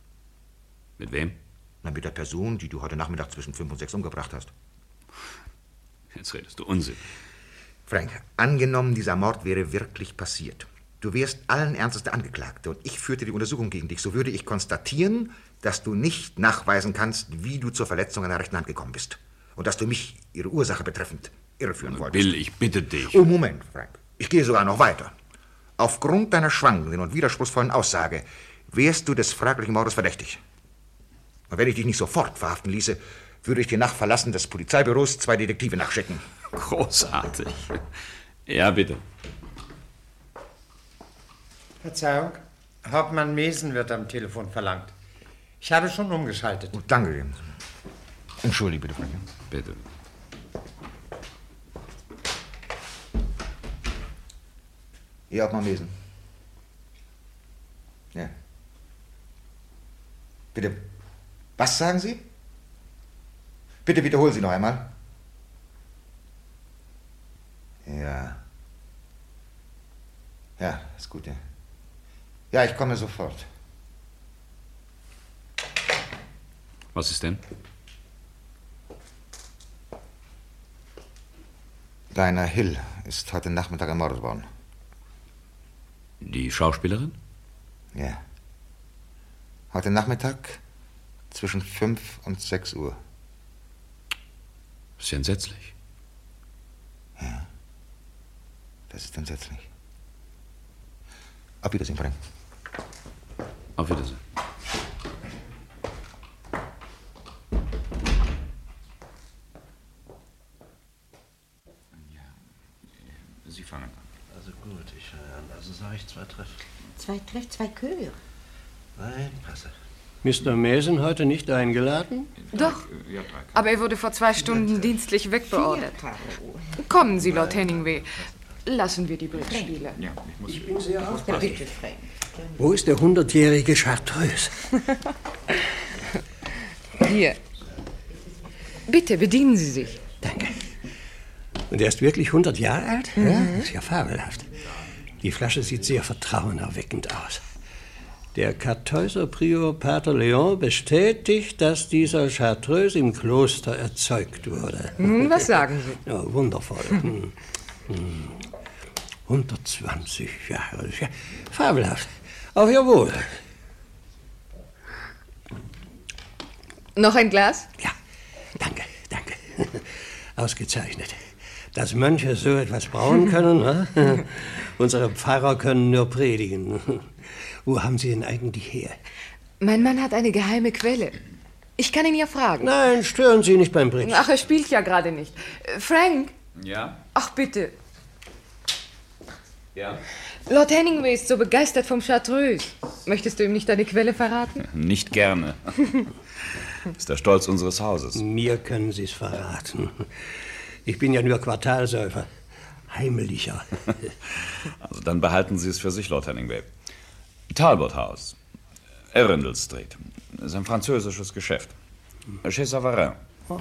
Mit wem?
Na, mit der Person, die du heute Nachmittag zwischen fünf und sechs umgebracht hast.
Jetzt redest du Unsinn.
Frank, angenommen, dieser Mord wäre wirklich passiert. Du wärst allen Ernstes der Angeklagte und ich führte die Untersuchung gegen dich. So würde ich konstatieren, dass du nicht nachweisen kannst, wie du zur Verletzung an der rechten Hand gekommen bist. Und dass du mich, ihre Ursache betreffend, irreführen wolltest.
Bill, ich bitte dich.
Oh, Moment, Frank. Ich gehe sogar noch weiter. Aufgrund deiner schwankenden und widerspruchsvollen Aussage wärst du des fraglichen Mordes verdächtig. Und wenn ich dich nicht sofort verhaften ließe, würde ich dir nach Verlassen des Polizeibüros zwei Detektive nachschicken.
Großartig. Ja, bitte.
Verzeihung, Hauptmann Mesen wird am Telefon verlangt. Ich habe schon umgeschaltet.
danke. Entschuldige bitte, Frank.
Bitte.
Ja, ob mal lesen. Ja. Bitte. Was sagen Sie? Bitte wiederholen Sie noch einmal. Ja. Ja, ist gut, ja. Ja, ich komme sofort.
Was ist denn?
Deiner Hill ist heute Nachmittag ermordet worden.
Die Schauspielerin?
Ja. Heute Nachmittag zwischen 5 und 6 Uhr.
Ist ja entsetzlich.
Ja. Das ist entsetzlich. Auf Wiedersehen, Frank.
Auf Wiedersehen. Sie fangen an.
Also gut, ich fange an. Also sage ich zwei Treffer.
Zwei Treff, zwei Köder.
Nein, passe.
Mr. Mason heute nicht eingeladen?
Doch,
Ja, drei.
aber er wurde vor zwei Stunden dienstlich wegbeordert. Kommen Sie, Lord Henningway. Lassen wir die Brettspiele.
Ja, ich muss.
Ich bin sehr aufgeregt.
Wo ist der hundertjährige Chartreuse?
Hier. Bitte, bedienen Sie sich.
Und er ist wirklich 100 Jahre alt? Ja, das Mhm. ist ja fabelhaft. Die Flasche sieht sehr vertrauenerweckend aus. Der Kartäuser Prior Pater Leon bestätigt, dass dieser Chartreuse im Kloster erzeugt wurde.
Nun, was sagen Sie?
Ja, wundervoll. Hm. Hm. 120 Jahre. das ist Ja, fabelhaft. Auf Ihr Wohl.
Noch ein Glas?
Ausgezeichnet. Dass Mönche so etwas brauen können, ne? unsere Pfarrer können nur predigen. Wo haben Sie denn eigentlich her?
Mein Mann hat eine geheime Quelle. Ich kann ihn ja fragen.
Nein, stören Sie nicht beim Bridge.
Ach, er spielt ja gerade nicht. Äh, Frank,
Ja?
ach bitte.
Ja.
Lord Henningway ist so begeistert vom Chartreuse. Möchtest du ihm nicht deine Quelle verraten?
Nicht gerne. Ist der Stolz unseres Hauses.
Mir können Sie es verraten. Ich bin ja nur Quartalsäufer. Heimlicher.
Also dann behalten Sie es für sich, Lord Henningway. Talbot House, Arundel Street, Das ist ein französisches Geschäft. Chez Savarin.
Oh,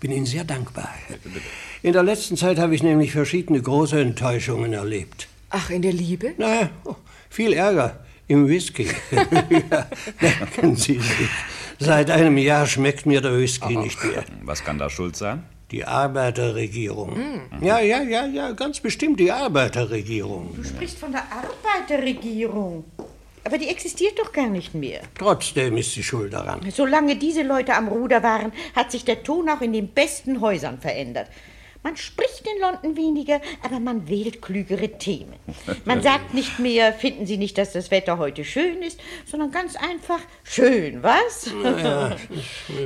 bin Ihnen sehr dankbar. In der letzten Zeit habe ich nämlich verschiedene große Enttäuschungen erlebt.
Ach, in der Liebe?
Naja, oh, viel Ärger im Whisky. ja, denken Sie sich. Seit einem Jahr schmeckt mir der Whisky nicht mehr.
Was kann da schuld sein? Hm.
Die Arbeiterregierung. Ja, ja, ja, ja, ganz bestimmt die Arbeiterregierung.
Du sprichst von der Arbeiterregierung. Aber die existiert doch gar nicht mehr.
Trotzdem ist sie schuld daran.
Solange diese Leute am Ruder waren, hat sich der Ton auch in den besten Häusern verändert. Man spricht in London weniger, aber man wählt klügere Themen. Man sagt nicht mehr, finden Sie nicht, dass das Wetter heute schön ist, sondern ganz einfach, schön, was?
Ja,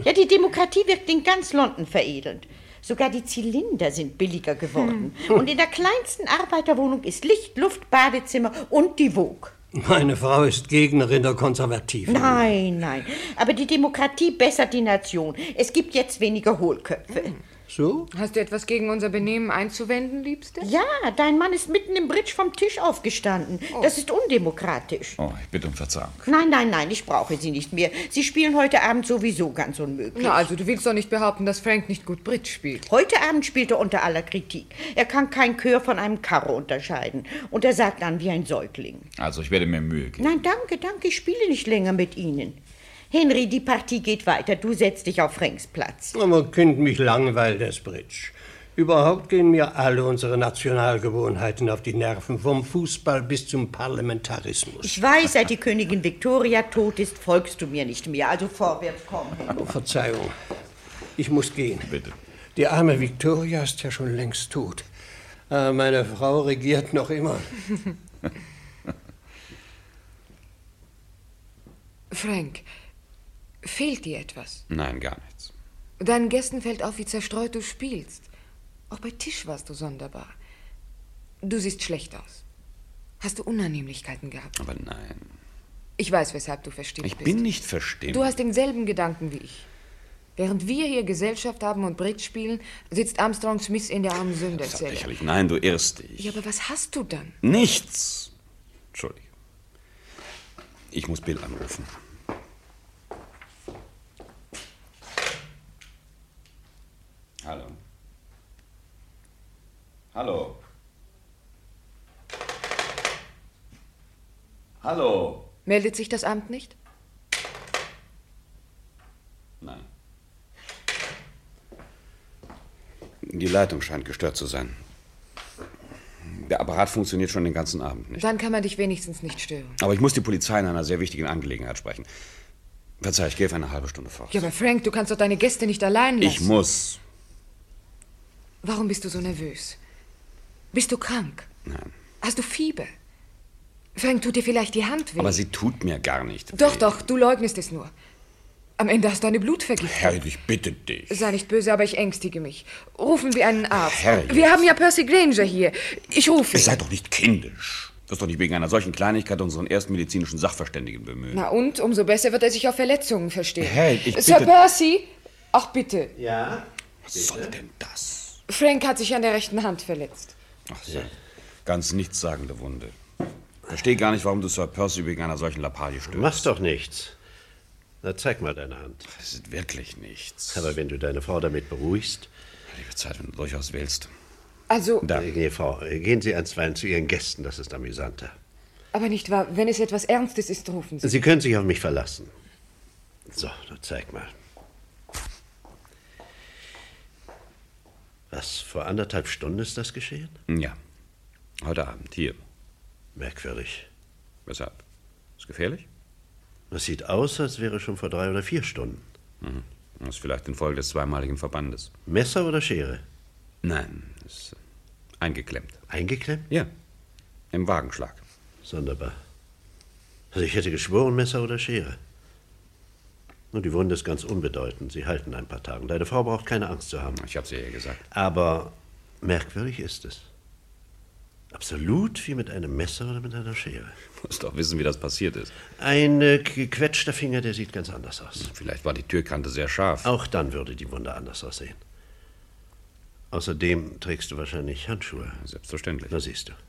Ja, die Demokratie wirkt in ganz London veredelnd. Sogar die Zylinder sind billiger geworden.
Hm.
Und in der kleinsten Arbeiterwohnung ist Licht, Luft, Badezimmer und die Vogue.
Meine Frau ist Gegnerin der Konservativen.
Nein, nein. Aber die Demokratie bessert die Nation. Es gibt jetzt weniger Hohlköpfe.
So?
Hm. Hast du etwas gegen unser Benehmen einzuwenden, Liebste?
Ja, dein Mann ist mitten im Bridge vom Tisch aufgestanden.
Oh.
Das ist undemokratisch.
Oh, ich bitte um Verzeihung.
Nein, nein, nein, ich brauche sie nicht mehr. Sie spielen heute Abend sowieso ganz unmöglich.
Na, also du willst doch nicht behaupten, dass Frank nicht gut Bridge spielt.
Heute Abend spielt er unter aller Kritik. Er kann kein Chör von einem Karre unterscheiden. Und er sagt dann wie ein Säugling.
Also ich werde mir Mühe geben.
Nein, danke, danke, ich spiele nicht länger mit Ihnen. Henry, die Partie geht weiter. Du setzt dich auf Franks Platz.
Aber Kind, mich langweilt das Bridge. Überhaupt gehen mir alle unsere Nationalgewohnheiten auf die Nerven, vom Fußball bis zum Parlamentarismus.
Ich weiß, seit die Königin Victoria tot ist, folgst du mir nicht mehr. Also vorwärts kommen.
Oh, Verzeihung, ich muss gehen. Bitte. Die arme Victoria ist ja schon längst tot. Aber meine Frau regiert noch immer.
Frank, fehlt dir etwas?
Nein, gar nichts.
Deinen Gästen fällt auf, wie zerstreut du spielst. Auch bei Tisch warst du sonderbar. Du siehst schlecht aus. Hast du Unannehmlichkeiten gehabt?
Aber nein.
Ich weiß, weshalb du verstimmt
Ich
bist.
bin nicht verstimmt.
Du hast denselben Gedanken wie ich. Während wir hier Gesellschaft haben und Bridge spielen, sitzt Armstrong Smith in der armen Sünderzelle.
Lächerlich. Nein, du irrst dich.
Ja, aber was hast du dann?
Nichts. Entschuldige. Ich muss Bill anrufen. Hallo. Hallo. Hallo.
Meldet sich das Amt nicht?
Nein. Die Leitung scheint gestört zu sein. Der Apparat funktioniert schon den ganzen Abend nicht.
Dann kann man dich wenigstens nicht stören.
Aber ich muss die Polizei in einer sehr wichtigen Angelegenheit sprechen. Verzeih, ich gehe für eine halbe Stunde fort.
Ja, aber Frank, du kannst doch deine Gäste nicht allein lassen.
Ich muss.
Warum bist du so nervös? Bist du krank?
Nein.
Hast du Fieber? Frank, tut dir vielleicht die Hand weh?
Aber sie tut mir gar nicht.
doch, doch, du leugnest es nur. Am Ende hast du eine Blutvergiftung.
Herr, ich bitte dich.
Sei nicht böse, aber ich ängstige mich. Rufen wir einen Arzt.
Herrje.
wir haben ja Percy Granger hier. Ich rufe ihn.
Sei doch nicht kindisch. Du wirst doch nicht wegen einer solchen Kleinigkeit unseren ersten medizinischen Sachverständigen bemühen.
Na und, umso besser wird er sich auf Verletzungen verstehen.
Hey, ich
Sir
bitte-
Percy, ach bitte.
Ja?
Was soll denn das?
Frank hat sich an der rechten Hand verletzt.
Ach ja, ganz nichtssagende Wunde. Verstehe gar nicht, warum du Sir Percy wegen einer solchen Lappalie störst.
Mach's doch nichts. Na, zeig mal deine Hand.
Das ist wirklich nichts.
Aber wenn du deine Frau damit beruhigst.
Liebe Zeit, wenn du durchaus willst.
Also,
Nee, Äh, Frau, gehen Sie einstweilen zu Ihren Gästen, das ist amüsanter.
aber nicht wahr, wenn es etwas Ernstes ist, rufen Sie.
Sie können sich auf mich verlassen. So, dann zeig mal. Was, vor anderthalb Stunden ist das geschehen?
Ja. Heute Abend, hier.
Merkwürdig.
Weshalb? Ist gefährlich?
Das sieht aus, als wäre schon vor drei oder vier Stunden.
Mhm. Das ist vielleicht infolge des zweimaligen Verbandes.
Messer oder Schere?
Nein, ist äh, eingeklemmt.
Eingeklemmt?
Ja. Im Wagenschlag.
Sonderbar. Also ich hätte geschworen, Messer oder Schere. Nun, die Wunde ist ganz unbedeutend. Sie halten ein paar Tage. Deine Frau braucht keine Angst zu haben.
Ich hab's ihr ja gesagt.
Aber merkwürdig ist es. Absolut wie mit einem Messer oder mit einer Schere.
Du musst doch wissen, wie das passiert ist.
Ein äh, gequetschter Finger, der sieht ganz anders aus.
Vielleicht war die Türkante sehr scharf.
Auch dann würde die Wunde anders aussehen. Außerdem trägst du wahrscheinlich Handschuhe.
Selbstverständlich.
Da siehst du.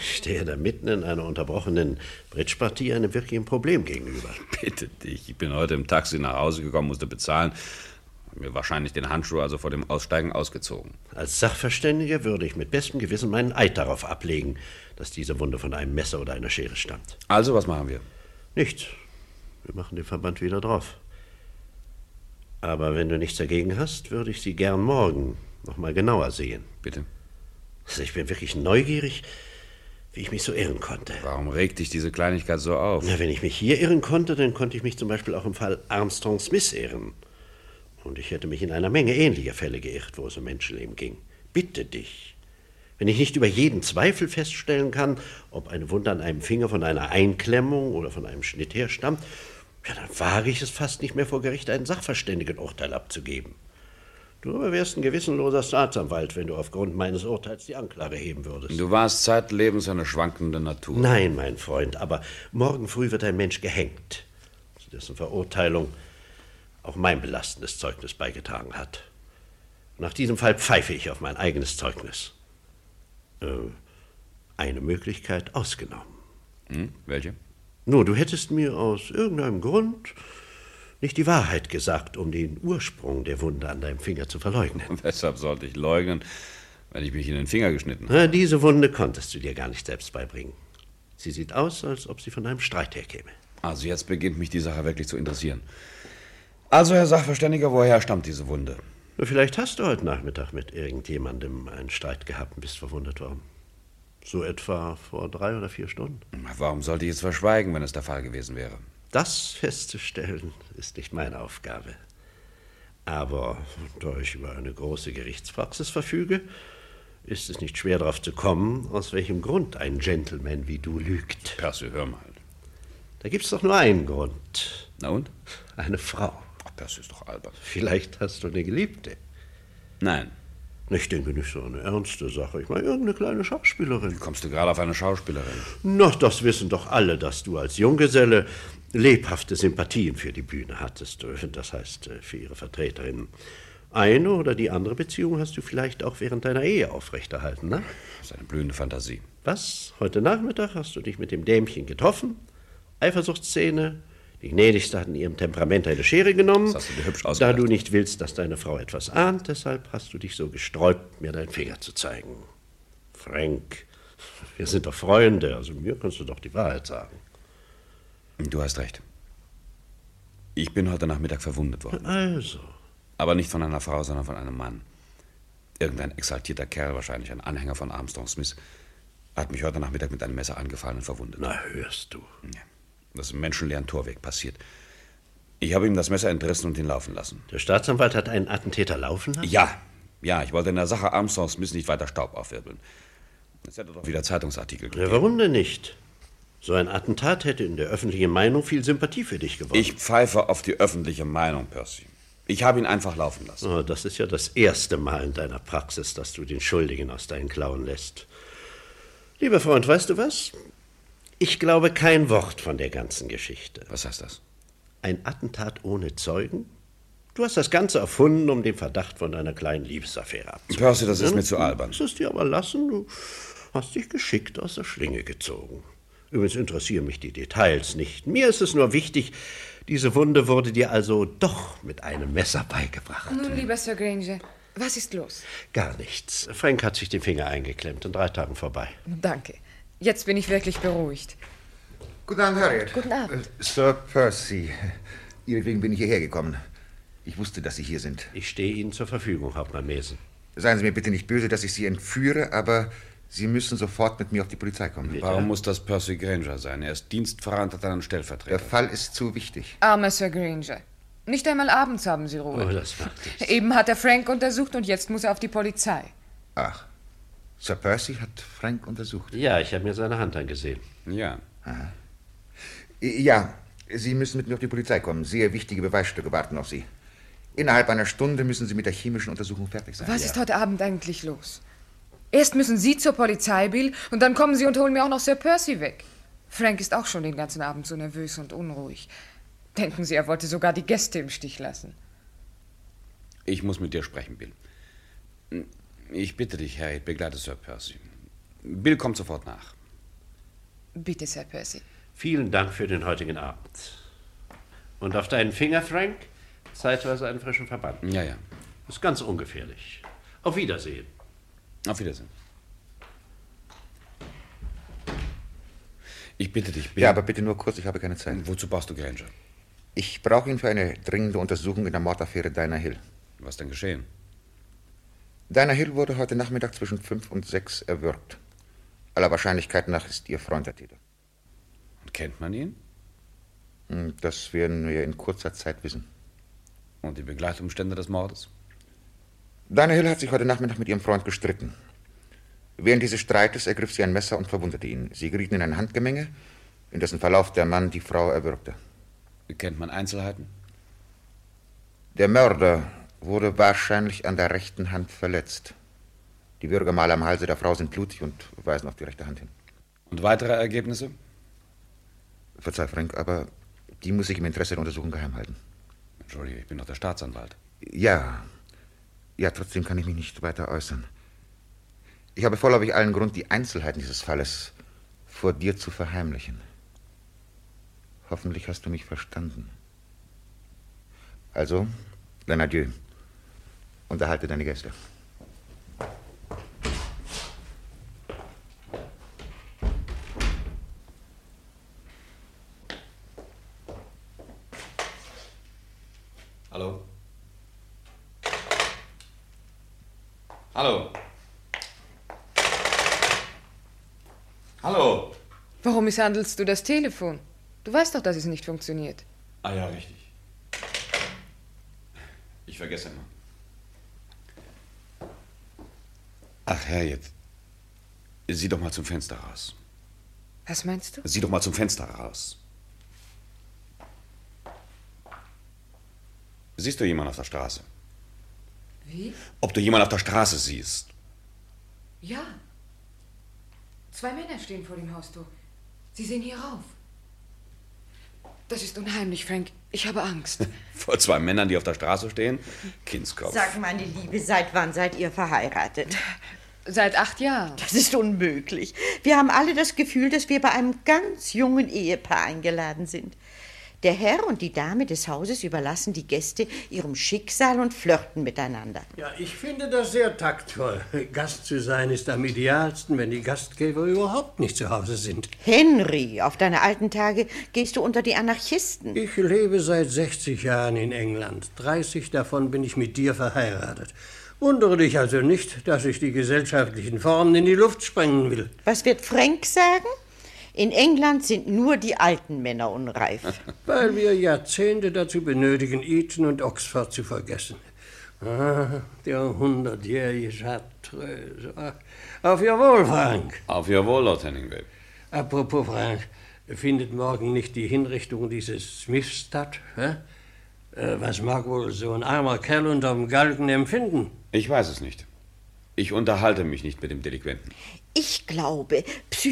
Ich stehe da mitten in einer unterbrochenen Bridgepartie einem wirklichen Problem gegenüber.
Bitte dich. Ich bin heute im Taxi nach Hause gekommen, musste bezahlen. Hab Mir wahrscheinlich den Handschuh also vor dem Aussteigen ausgezogen.
Als Sachverständiger würde ich mit bestem Gewissen meinen Eid darauf ablegen, dass diese Wunde von einem Messer oder einer Schere stammt.
Also, was machen wir?
Nichts. Wir machen den Verband wieder drauf. Aber wenn du nichts dagegen hast, würde ich sie gern morgen noch mal genauer sehen.
Bitte.
Also ich bin wirklich neugierig, wie ich mich so irren konnte.
Warum regt dich diese Kleinigkeit so auf?
Na, wenn ich mich hier irren konnte, dann konnte ich mich zum Beispiel auch im Fall Armstrong Smith irren. Und ich hätte mich in einer Menge ähnlicher Fälle geirrt, wo es um Menschenleben ging. Bitte dich. Wenn ich nicht über jeden Zweifel feststellen kann, ob eine Wunde an einem Finger von einer Einklemmung oder von einem Schnitt herstammt, ja, dann wage ich es fast nicht mehr vor Gericht, einen Sachverständigenurteil abzugeben. Du aber wärst ein gewissenloser Staatsanwalt, wenn du aufgrund meines Urteils die Anklage heben würdest.
Du warst zeitlebens eine schwankende Natur.
Nein, mein Freund, aber morgen früh wird ein Mensch gehängt, zu dessen Verurteilung auch mein belastendes Zeugnis beigetragen hat. Nach diesem Fall pfeife ich auf mein eigenes Zeugnis. Äh, eine Möglichkeit ausgenommen.
Hm? Welche?
Nur, du hättest mir aus irgendeinem Grund nicht die Wahrheit gesagt, um den Ursprung der Wunde an deinem Finger zu verleugnen.
Weshalb sollte ich leugnen, wenn ich mich in den Finger geschnitten habe?
Na, diese Wunde konntest du dir gar nicht selbst beibringen. Sie sieht aus, als ob sie von einem Streit herkäme.
Also jetzt beginnt mich die Sache wirklich zu interessieren. Also, Herr Sachverständiger, woher stammt diese Wunde?
Na, Vielleicht hast du heute Nachmittag mit irgendjemandem einen Streit gehabt und bist verwundet worden. So etwa vor drei oder vier Stunden.
Warum sollte ich es verschweigen, wenn es der Fall gewesen wäre?
Das festzustellen ist nicht meine Aufgabe. Aber da ich über eine große Gerichtspraxis verfüge, ist es nicht schwer darauf zu kommen, aus welchem Grund ein Gentleman wie du lügt.
Percy, hör mal.
Da gibt's doch nur einen Grund.
Na und?
Eine Frau.
Ach, das ist doch albern.
Vielleicht hast du eine Geliebte.
Nein.
Ich denke nicht so eine ernste Sache. Ich meine, irgendeine kleine Schauspielerin.
Kommst du gerade auf eine Schauspielerin?
Na, das wissen doch alle, dass du als Junggeselle lebhafte Sympathien für die Bühne hattest, das heißt äh, für ihre Vertreterinnen. Eine oder die andere Beziehung hast du vielleicht auch während deiner Ehe aufrechterhalten, ne?
Das ist eine blühende Fantasie.
Was? Heute Nachmittag hast du dich mit dem Dämchen getroffen? Eifersuchtsszene? Die Gnädigste hat in ihrem Temperament eine Schere genommen.
Das hast du dir hübsch ausgedacht.
Da du nicht willst, dass deine Frau etwas ahnt, deshalb hast du dich so gesträubt, mir deinen Finger zu zeigen. Frank, wir sind doch Freunde, also mir kannst du doch die Wahrheit sagen.
Du hast recht. Ich bin heute Nachmittag verwundet worden.
Also,
Aber nicht von einer Frau, sondern von einem Mann. Irgendein exaltierter Kerl, wahrscheinlich ein Anhänger von Armstrong Smith, hat mich heute Nachmittag mit einem Messer angefallen und verwundet.
na hörst du.
Ja. Das ist im menschenleeren Torweg passiert. Ich habe ihm das Messer entrissen und ihn laufen lassen.
Der Staatsanwalt hat einen Attentäter laufen lassen?
Ja, ja, ich wollte in der Sache Armstrong Smith nicht weiter Staub aufwirbeln. Jetzt hätte doch wieder Zeitungsartikel
Ja,
gegeben.
warum denn nicht? So ein Attentat hätte in der öffentlichen Meinung viel Sympathie für dich gewonnen.
Ich pfeife auf die öffentliche Meinung, Percy. Ich habe ihn einfach laufen lassen.
Oh, das ist ja das erste Mal in deiner Praxis, dass du den Schuldigen aus deinen Klauen lässt. Lieber Freund, weißt du was? Ich glaube kein Wort von der ganzen Geschichte.
Was heißt das?
Ein Attentat ohne Zeugen? Du hast das Ganze erfunden, um den Verdacht von deiner kleinen Liebesaffäre abzuhalten.
Percy, also, das
Hm?
ist mir zu albern.
Du es dir aber lassen, du hast dich geschickt aus der Schlinge gezogen. Übrigens interessieren mich die Details nicht. Mir ist es nur wichtig, diese Wunde wurde dir also doch mit einem Messer beigebracht.
Nun, lieber Sir Granger, was ist los?
Gar nichts. Frank hat sich den Finger eingeklemmt, in drei Tagen vorbei.
Danke. Jetzt bin ich wirklich beruhigt.
Guten Abend, Harriet.
Guten Abend.
Äh, Sir Percy, Ihretwegen bin ich hierher gekommen. Ich wusste, dass Sie hier sind.
Ich stehe Ihnen zur Verfügung, Hauptmann Mesen.
Seien Sie mir bitte nicht böse, dass ich Sie entführe, aber Sie müssen sofort mit mir auf die Polizei kommen.
Warum muss das Percy Granger sein? Er ist dienstfrei und hat einen
Der
Stellvertreter.
Fall ist zu wichtig.
Armer Sir Granger. Nicht einmal abends haben Sie Ruhe.
Oh, das macht nichts.
Eben hat er Frank untersucht und jetzt muss er auf die Polizei.
Ach, Sir Percy hat Frank untersucht.
Ja, ich habe mir seine Hand angesehen.
Ja.
I- Ja, Sie müssen mit mir auf die Polizei kommen. Sehr wichtige Beweisstücke warten auf Sie. Innerhalb einer Stunde müssen Sie mit der chemischen Untersuchung fertig
Ah,
sein.
Was ist heute Abend eigentlich los? Erst müssen Sie zur Polizei, Bill, und dann kommen Sie und holen mir auch noch Sir Percy weg. Frank ist auch schon den ganzen Abend so nervös und unruhig. Denken Sie, er wollte sogar die Gäste im Stich lassen.
Ich muss mit dir sprechen, Bill. Ich bitte dich, Harriet, begleite Sir Percy. Bill kommt sofort nach.
Bitte, Sir Percy.
Vielen Dank für den heutigen Abend. Und auf deinen Finger, Frank, zeitweise einen frischen Verband.
Ja, ja.
Ist ganz ungefährlich. Auf Wiedersehen.
Auf Wiedersehen. Ich bitte dich, Bill.
Ja, aber bitte nur kurz, ich habe keine Zeit.
Wozu brauchst du Granger?
Ich brauche ihn für eine dringende Untersuchung in der Mordaffäre Dinah Hill.
Was denn geschehen?
Dinah Hill wurde heute Nachmittag zwischen fünf und sechs erwürgt. Aller Wahrscheinlichkeit nach ist Ihr Freund der Täter.
Kennt man ihn?
Hm, Das werden wir in kurzer Zeit wissen.
Und die Begleitumstände des Mordes?
Deine Hill hat sich heute Nachmittag mit ihrem Freund gestritten. Während dieses Streites ergriff sie ein Messer und verwundete ihn. Sie gerieten in ein Handgemenge, in dessen Verlauf der Mann die Frau erwürgte.
Kennt man Einzelheiten?
Der Mörder wurde wahrscheinlich an der rechten Hand verletzt. Die Würgemale am Halse der Frau sind blutig und weisen auf die rechte Hand hin.
Und weitere Ergebnisse?
Verzeih, Frank, aber die muss ich im Interesse der Untersuchung geheim halten.
Entschuldige, ich bin doch der Staatsanwalt.
Ja. Ja, trotzdem kann ich mich nicht weiter äußern. Ich habe vorläufig allen Grund, die Einzelheiten dieses Falles vor dir zu verheimlichen. Hoffentlich hast du mich verstanden. Also, dann adieu. Unterhalte deine Gäste.
Hallo? Hallo? Hallo?
Warum misshandelst du das Telefon? Du weißt doch, dass es nicht funktioniert.
Ah ja, richtig. Ich vergesse immer. Ach Harriet, sieh doch mal zum Fenster raus.
Was meinst du?
Sieh doch mal zum Fenster raus. Siehst du jemanden auf der Straße?
Wie?
Ob du jemanden auf der Straße siehst?
Ja. Zwei Männer stehen vor dem Haustor. Sie sehen hier rauf. Das ist unheimlich, Frank. Ich habe Angst.
Vor zwei Männern, die auf der Straße stehen? Kindskopf.
Sag, meine Liebe, seit wann seid ihr verheiratet?
Seit acht Jahren.
Das ist unmöglich. Wir haben alle das Gefühl, dass wir bei einem ganz jungen Ehepaar eingeladen sind. Der Herr und die Dame des Hauses überlassen die Gäste ihrem Schicksal und flirten miteinander.
Ja, ich finde das sehr taktvoll. Gast zu sein ist am idealsten, wenn die Gastgeber überhaupt nicht zu Hause sind.
Henry, auf deine alten Tage gehst du unter die Anarchisten.
Ich lebe seit 60 Jahren in England. 30 davon bin ich mit dir verheiratet. Wundere dich also nicht, dass ich die gesellschaftlichen Formen in die Luft sprengen will.
Was wird Frank sagen? In England sind nur die alten Männer unreif.
Weil wir Jahrzehnte dazu benötigen, Eton und Oxford zu vergessen. Ah, der hundertjährige Chartreuse. Ah, Auf Ihr Wohl, Frank.
Auf Ihr Wohl, Lord Henningway.
Apropos, Frank, findet morgen nicht die Hinrichtung dieses Smith statt? Hä? Äh, Was mag wohl so ein armer Kerl unterm Galgen empfinden?
Ich weiß es nicht. Ich unterhalte mich nicht mit dem Delinquenten.
Ich glaube,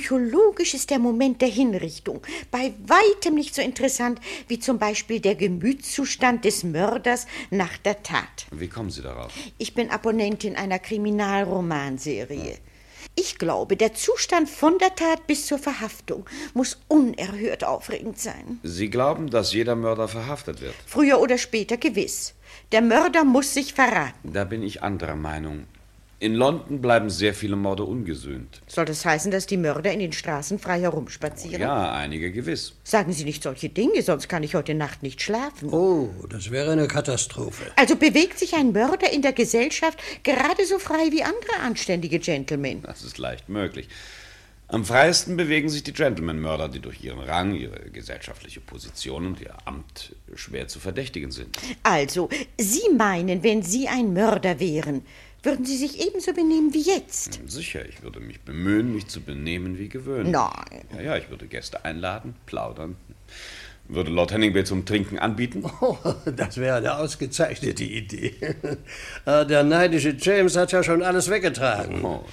psychologisch ist der Moment der Hinrichtung bei weitem nicht so interessant wie zum Beispiel der Gemütszustand des Mörders nach der Tat.
Wie kommen Sie darauf?
Ich bin Abonnentin einer Kriminalromanserie. Ich glaube, der Zustand von der Tat bis zur Verhaftung muss unerhört aufregend sein.
Sie glauben, dass jeder Mörder verhaftet wird.
Früher oder später gewiss. Der Mörder muss sich verraten.
Da bin ich anderer Meinung. In London bleiben sehr viele Morde ungesühnt.
Soll das heißen, dass die Mörder in den Straßen frei herumspazieren?
Oh Ja, einige gewiss.
Sagen Sie nicht solche Dinge, sonst kann ich heute Nacht nicht schlafen.
Oh, das wäre eine Katastrophe.
Also bewegt sich ein Mörder in der Gesellschaft gerade so frei wie andere anständige Gentlemen.
Das ist leicht möglich. Am freiesten bewegen sich die Gentleman-Mörder, die durch ihren Rang, ihre gesellschaftliche Position und ihr Amt schwer zu verdächtigen sind.
Also, Sie meinen, wenn Sie ein Mörder wären, würden Sie sich ebenso benehmen wie jetzt?
Sicher, ich würde mich bemühen, mich zu benehmen wie gewöhnlich.
Nein.
Ja, ja, ich würde Gäste einladen, plaudern. Würde Lord Henningway zum Trinken anbieten?
Oh, das wäre eine ausgezeichnete Idee. Ah, Der neidische James hat ja schon alles weggetragen.
Oh.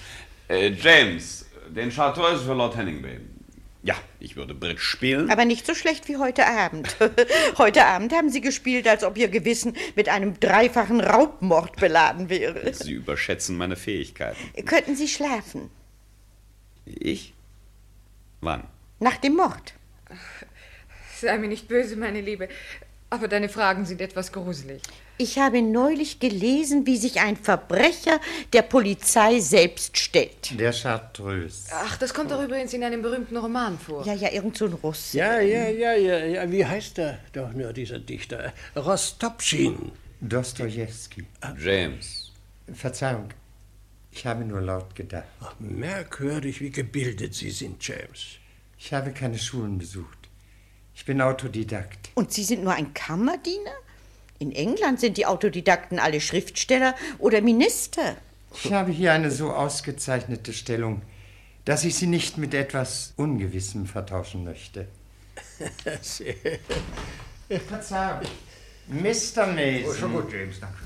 Äh, James, den Chartreuse für Lord Henningway. Ja, ich würde Bridge spielen.
Aber nicht so schlecht wie heute Abend. Heute Abend haben Sie gespielt, als ob Ihr Gewissen mit einem dreifachen Raubmord beladen wäre.
Sie überschätzen meine Fähigkeiten.
Könnten Sie schlafen?
Ich? Wann?
Nach dem Mord?
Sei mir nicht böse, meine Liebe, aber deine Fragen sind etwas gruselig.
Ich habe neulich gelesen, wie sich ein Verbrecher der Polizei selbst stellt.
Der Chartreuse.
Ach, das kommt doch übrigens in einem berühmten Roman vor.
Ja, ja, irgend so ein Russ.
Ja, ja, ja, ja, ja. Wie heißt er doch nur, dieser Dichter? Rostopschin.
Dostojewski.
James.
Verzeihung. Ich habe nur laut gedacht.
Merkwürdig, wie gebildet Sie sind, James.
Ich habe keine Schulen besucht. Ich bin Autodidakt.
Und Sie sind nur ein Kammerdiener? In England sind die Autodidakten alle Schriftsteller oder Minister.
Ich habe hier eine so ausgezeichnete Stellung, dass ich sie nicht mit etwas Ungewissem vertauschen möchte. Verzeihung. Mr. Mason.
Oh, schon gut, James, danke.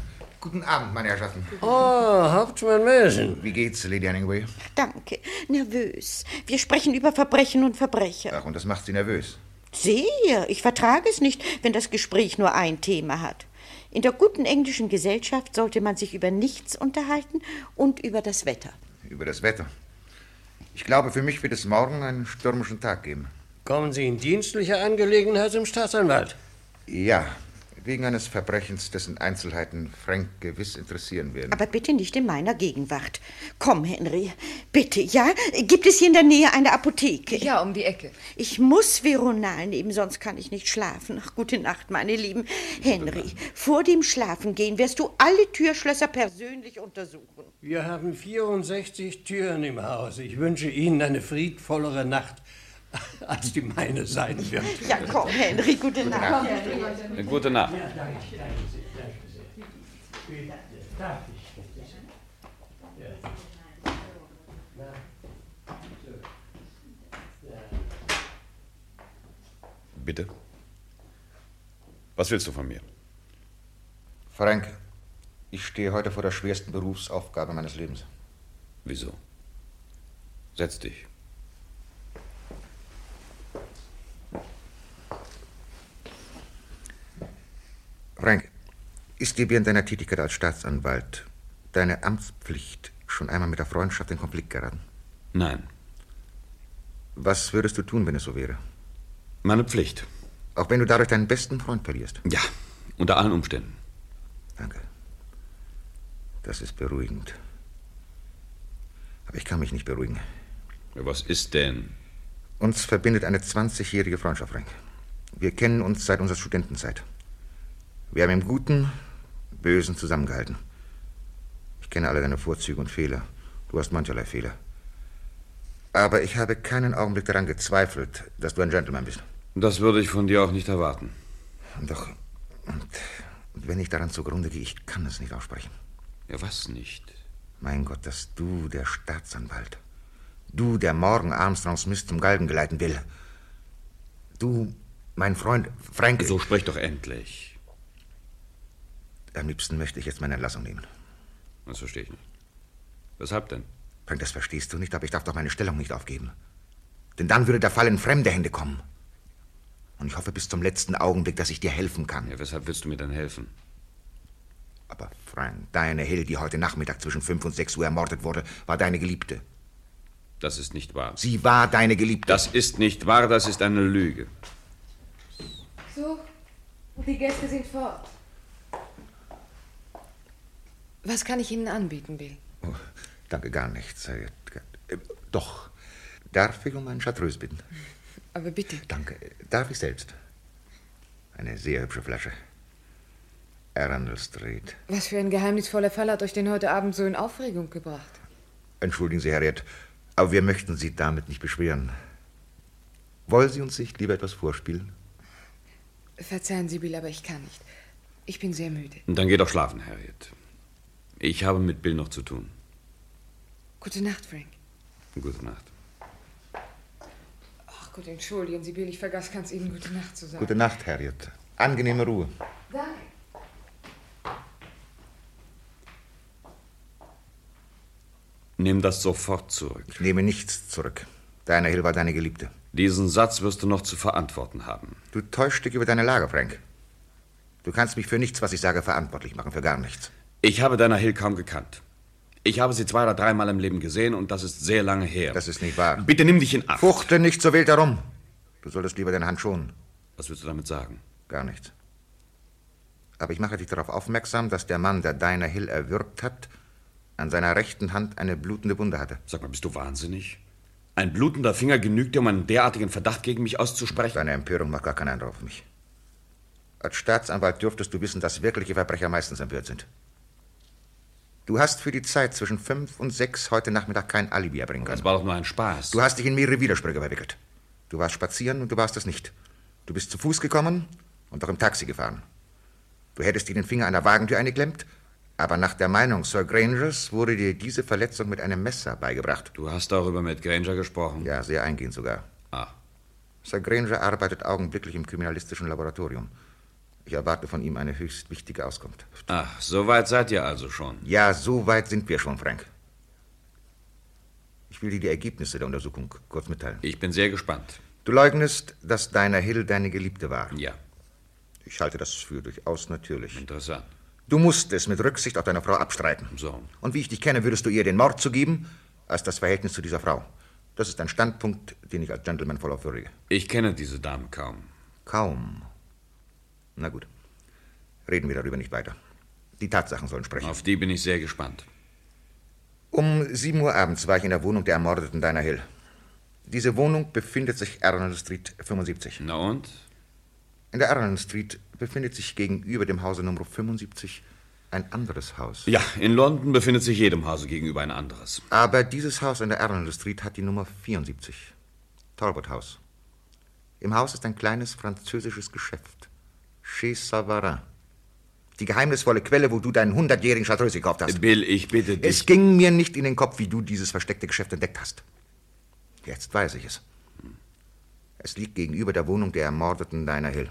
Guten Abend, meine Herrschaften.
Oh, Hauptmann Mason.
Wie geht's, Lady Hanningway?
Danke. Nervös. Wir sprechen über Verbrechen und Verbrecher.
Ach, und das macht Sie nervös.
Sehr. Ich vertrage es nicht, wenn das Gespräch nur ein Thema hat. In der guten englischen Gesellschaft sollte man sich über nichts unterhalten und über das Wetter.
Über das Wetter. Ich glaube, für mich wird es morgen einen stürmischen Tag geben.
Kommen Sie in dienstlicher Angelegenheit zum
Halt.
Staatsanwalt.
Ja, wegen eines Verbrechens, dessen Einzelheiten Frank gewiss interessieren werden.
Aber bitte nicht in meiner Gegenwart. Komm, Henry. Bitte, ja? Gibt es hier in der Nähe eine Apotheke? Ja, um die Ecke. Ich muss Veronal nehmen, sonst kann ich nicht schlafen. Ach, gute Nacht, meine Lieben. Henry, vor dem Schlafengehen wirst du alle Türschlösser persönlich untersuchen.
Wir haben 64 Türen im Haus. Ich wünsche Ihnen eine friedvollere Nacht, als die meine sein wird.
Ja, komm, Henry, gute Nacht.
Gute Nacht.
Bitte? Was willst du von mir?
Frank, ich stehe heute vor der schwersten Berufsaufgabe meines Lebens.
Wieso? Setz dich.
Frank, ist dir während deiner Tätigkeit als Staatsanwalt deine Amtspflicht schon einmal mit der Freundschaft in Konflikt geraten?
Nein.
Was würdest du tun, wenn es so wäre?
Meine Pflicht.
Auch wenn du dadurch deinen besten Freund verlierst.
Ja, unter allen Umständen.
Danke. Das ist beruhigend. Aber ich kann mich nicht beruhigen.
Was ist denn?
Uns verbindet eine 20-jährige Freundschaft, Frank. Wir kennen uns seit unserer Studentenzeit. Wir haben im Guten, Bösen zusammengehalten. Ich kenne alle deine Vorzüge und Fehler. Du hast mancherlei Fehler. Aber ich habe keinen Augenblick daran gezweifelt, dass du ein Gentleman bist.
Das würde ich von dir auch nicht erwarten.
Doch, und wenn ich daran zugrunde gehe, ich kann es nicht aussprechen.
Ja, was nicht?
Mein Gott, dass du, der Staatsanwalt, du, der morgen Armstrong Smith zum Galgen geleiten will, du, mein Freund Frank...
So sprich doch endlich.
Am liebsten möchte ich jetzt meine Entlassung nehmen.
Das verstehe ich nicht. Weshalb denn?
Frank, das verstehst du nicht, aber ich darf doch meine Stellung nicht aufgeben. Denn dann würde der Fall in fremde Hände kommen. Und ich hoffe bis zum letzten Augenblick, dass ich dir helfen kann.
Ja, weshalb willst du mir denn helfen?
Aber Frank, deine Hill, die heute Nachmittag zwischen 5 und 6 Uhr ermordet wurde, war deine Geliebte.
Das ist nicht wahr.
Sie war deine Geliebte.
Das ist nicht wahr, das ist eine Lüge.
So, und die Gäste sind fort. Was kann ich Ihnen anbieten, Bill?
Danke, gar nichts. Äh, äh, Doch. Darf ich um einen Chartreuse bitten?
Aber bitte.
Danke. Darf ich selbst? Eine sehr hübsche Flasche. Arundel Street.
Was für ein geheimnisvoller Fall hat euch denn heute Abend so in Aufregung gebracht?
Entschuldigen Sie, Harriet, aber wir möchten Sie damit nicht beschweren. Wollen Sie uns nicht lieber etwas vorspielen?
Verzeihen Sie, Bill, aber ich kann nicht. Ich bin sehr müde.
Und dann geh doch schlafen, Harriet. Ich habe mit Bill noch zu tun.
Gute Nacht, Frank.
Gute Nacht.
Ach Gott, entschuldigen Sie, Bill, ich vergaß ganz eben gute Nacht zu sagen.
Gute Nacht, Harriet. Angenehme Ruhe.
Danke.
Nimm das sofort zurück.
Ich nehme nichts zurück. Deine Hill war deine Geliebte.
Diesen Satz wirst du noch zu verantworten haben.
Du täuschst dich über deine Lage, Frank. Du kannst mich für nichts, was ich sage, verantwortlich machen, für gar nichts.
Ich habe Dana Hill kaum gekannt. Ich habe sie zwei oder dreimal im Leben gesehen und das ist sehr lange her.
Das ist nicht wahr.
Bitte nimm dich in Acht.
Fuchte nicht so wild herum. Du solltest lieber deine Hand schonen.
Was willst du damit sagen?
Gar nichts. Aber ich mache dich darauf aufmerksam, dass der Mann, der Dinah Hill erwürgt hat, an seiner rechten Hand eine blutende Wunde hatte.
Sag mal, bist du wahnsinnig? Ein blutender Finger genügt dir, um einen derartigen Verdacht gegen mich auszusprechen?
Deine Empörung macht gar keinen Eindruck auf mich. Als Staatsanwalt dürftest du wissen, dass wirkliche Verbrecher meistens empört sind. Du hast für die Zeit zwischen fünf und sechs heute Nachmittag kein Alibi erbringen können.
Das war doch nur ein Spaß.
Du hast dich in mehrere Widersprüche verwickelt. Du warst spazieren und du warst es nicht. Du bist zu Fuß gekommen und auch im Taxi gefahren. Du hättest dir den Finger an der Wagentür eingeklemmt, aber nach der Meinung Sir Grangers wurde dir diese Verletzung mit einem Messer beigebracht.
Du hast darüber mit Granger gesprochen?
Ja, sehr eingehend sogar.
Ah.
Sir Granger arbeitet augenblicklich im kriminalistischen Laboratorium. Ich erwarte von ihm eine höchst wichtige Auskunft.
Ach, so weit seid ihr also schon.
Ja, so weit sind wir schon, Frank. Ich will dir die Ergebnisse der Untersuchung kurz mitteilen.
Ich bin sehr gespannt.
Du leugnest, dass Dinah Hill deine Geliebte war.
Ja.
Ich halte das für durchaus natürlich.
Interessant.
Du musst es mit Rücksicht auf deine Frau abstreiten.
So.
Und wie ich dich kenne, würdest du ihr den Mord zugeben, als das Verhältnis zu dieser Frau. Das ist ein Standpunkt, den ich als Gentleman voll aufwürdige.
Ich kenne diese Dame kaum.
Kaum. Na gut. Reden wir darüber nicht weiter. Die Tatsachen sollen sprechen.
Auf die bin ich sehr gespannt.
Um 7 Uhr abends war ich in der Wohnung der Ermordeten Dinah Hill. Diese Wohnung befindet sich Arnold Street 75.
Na und?
In der Arnold Street befindet sich gegenüber dem Hause Nummer 75 ein anderes Haus.
Ja, in London befindet sich jedem Hause gegenüber ein anderes.
Aber dieses Haus in der Arnold Street hat die Nummer 74. Talbot House. Im Haus ist ein kleines französisches Geschäft. Chez Savarin. Die geheimnisvolle Quelle, wo du deinen hundertjährigen Chartreuse gekauft hast.
Bill, ich bitte dich.
Es ging mir nicht in den Kopf, wie du dieses versteckte Geschäft entdeckt hast. Jetzt weiß ich es. Es liegt gegenüber der Wohnung der ermordeten Dinah Hill.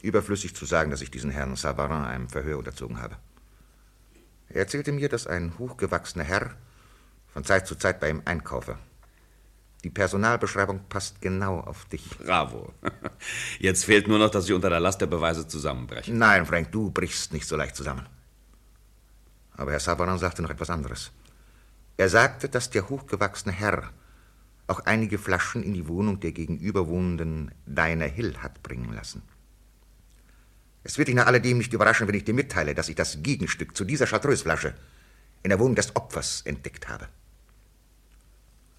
Überflüssig zu sagen, dass ich diesen Herrn Savarin einem Verhör unterzogen habe. Er erzählte mir, dass ein hochgewachsener Herr von Zeit zu Zeit bei ihm einkaufe. Die Personalbeschreibung passt genau auf dich.
Bravo. Jetzt fehlt nur noch, dass Sie unter der Last der Beweise zusammenbrechen.
Nein, Frank, du brichst nicht so leicht zusammen. Aber Herr Savarin sagte noch etwas anderes. Er sagte, dass der hochgewachsene Herr auch einige Flaschen in die Wohnung der gegenüberwohnenden Dinah Hill hat bringen lassen. Es wird dich nach alledem nicht überraschen, wenn ich dir mitteile, dass ich das Gegenstück zu dieser Chartreuseflasche in der Wohnung des Opfers entdeckt habe.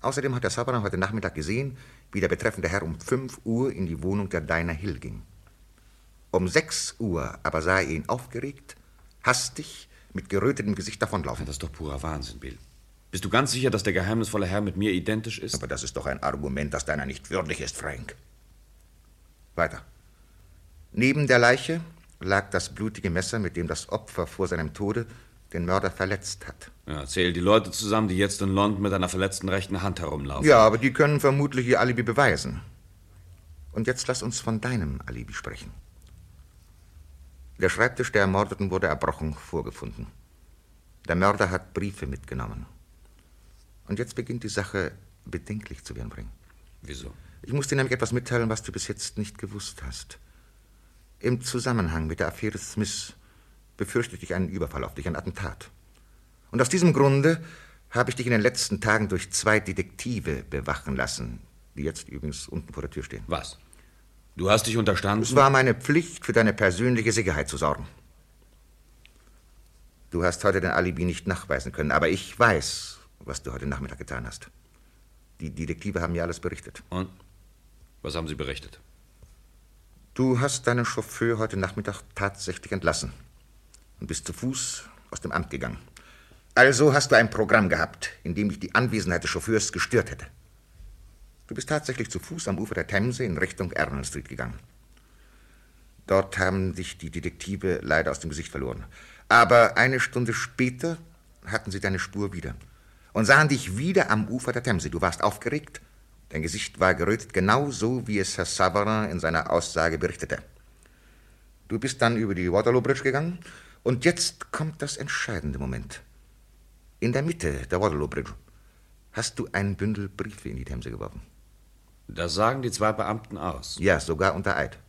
Außerdem hat der Savarin heute Nachmittag gesehen, wie der betreffende Herr um 5 Uhr in die Wohnung der Dinah Hill ging. Um 6 Uhr aber sah er ihn aufgeregt, hastig, mit gerötetem Gesicht davonlaufen.
Das ist doch purer Wahnsinn, Bill. Bist du ganz sicher, dass der geheimnisvolle Herr mit mir identisch ist?
Aber das ist doch ein Argument, das deiner nicht würdig ist, Frank. Weiter. Neben der Leiche lag das blutige Messer, mit dem das Opfer vor seinem Tode den Mörder verletzt hat.
Ja, zähl die Leute zusammen, die jetzt in London mit einer verletzten rechten Hand herumlaufen.
Ja, aber die können vermutlich ihr Alibi beweisen. Und jetzt lass uns von deinem Alibi sprechen. Der Schreibtisch der Ermordeten wurde erbrochen vorgefunden. Der Mörder hat Briefe mitgenommen. Und jetzt beginnt die Sache bedenklich zu werden, Bring.
Wieso?
Ich muss dir nämlich etwas mitteilen, was du bis jetzt nicht gewusst hast. Im Zusammenhang mit der Affäre Smith befürchtete ich einen Überfall auf dich, ein Attentat. Und aus diesem Grunde habe ich dich in den letzten Tagen durch zwei Detektive bewachen lassen, die jetzt übrigens unten vor der Tür stehen.
Was? Du hast dich unterstanden?
Es war meine Pflicht, für deine persönliche Sicherheit zu sorgen. Du hast heute dein Alibi nicht nachweisen können, aber ich weiß, was du heute Nachmittag getan hast. Die Detektive haben mir alles berichtet.
Und? Was haben sie berichtet?
Du hast deinen Chauffeur heute Nachmittag tatsächlich entlassen und bist zu Fuß aus dem Amt gegangen. Also hast du ein Programm gehabt, in dem dich die Anwesenheit des Chauffeurs gestört hätte. Du bist tatsächlich zu Fuß am Ufer der Themse in Richtung Arnold Street gegangen. Dort haben dich die Detektive leider aus dem Gesicht verloren. Aber eine Stunde später hatten sie deine Spur wieder und sahen dich wieder am Ufer der Themse. Du warst aufgeregt, dein Gesicht war gerötet, genau so, wie es Herr Savarin in seiner Aussage berichtete. Du bist dann über die Waterloo Bridge gegangen und jetzt kommt das entscheidende Moment. In der Mitte der Waterloo Bridge hast du ein Bündel Briefe in die Themse geworfen.
Das sagen die zwei Beamten aus.
Ja, sogar unter Eid.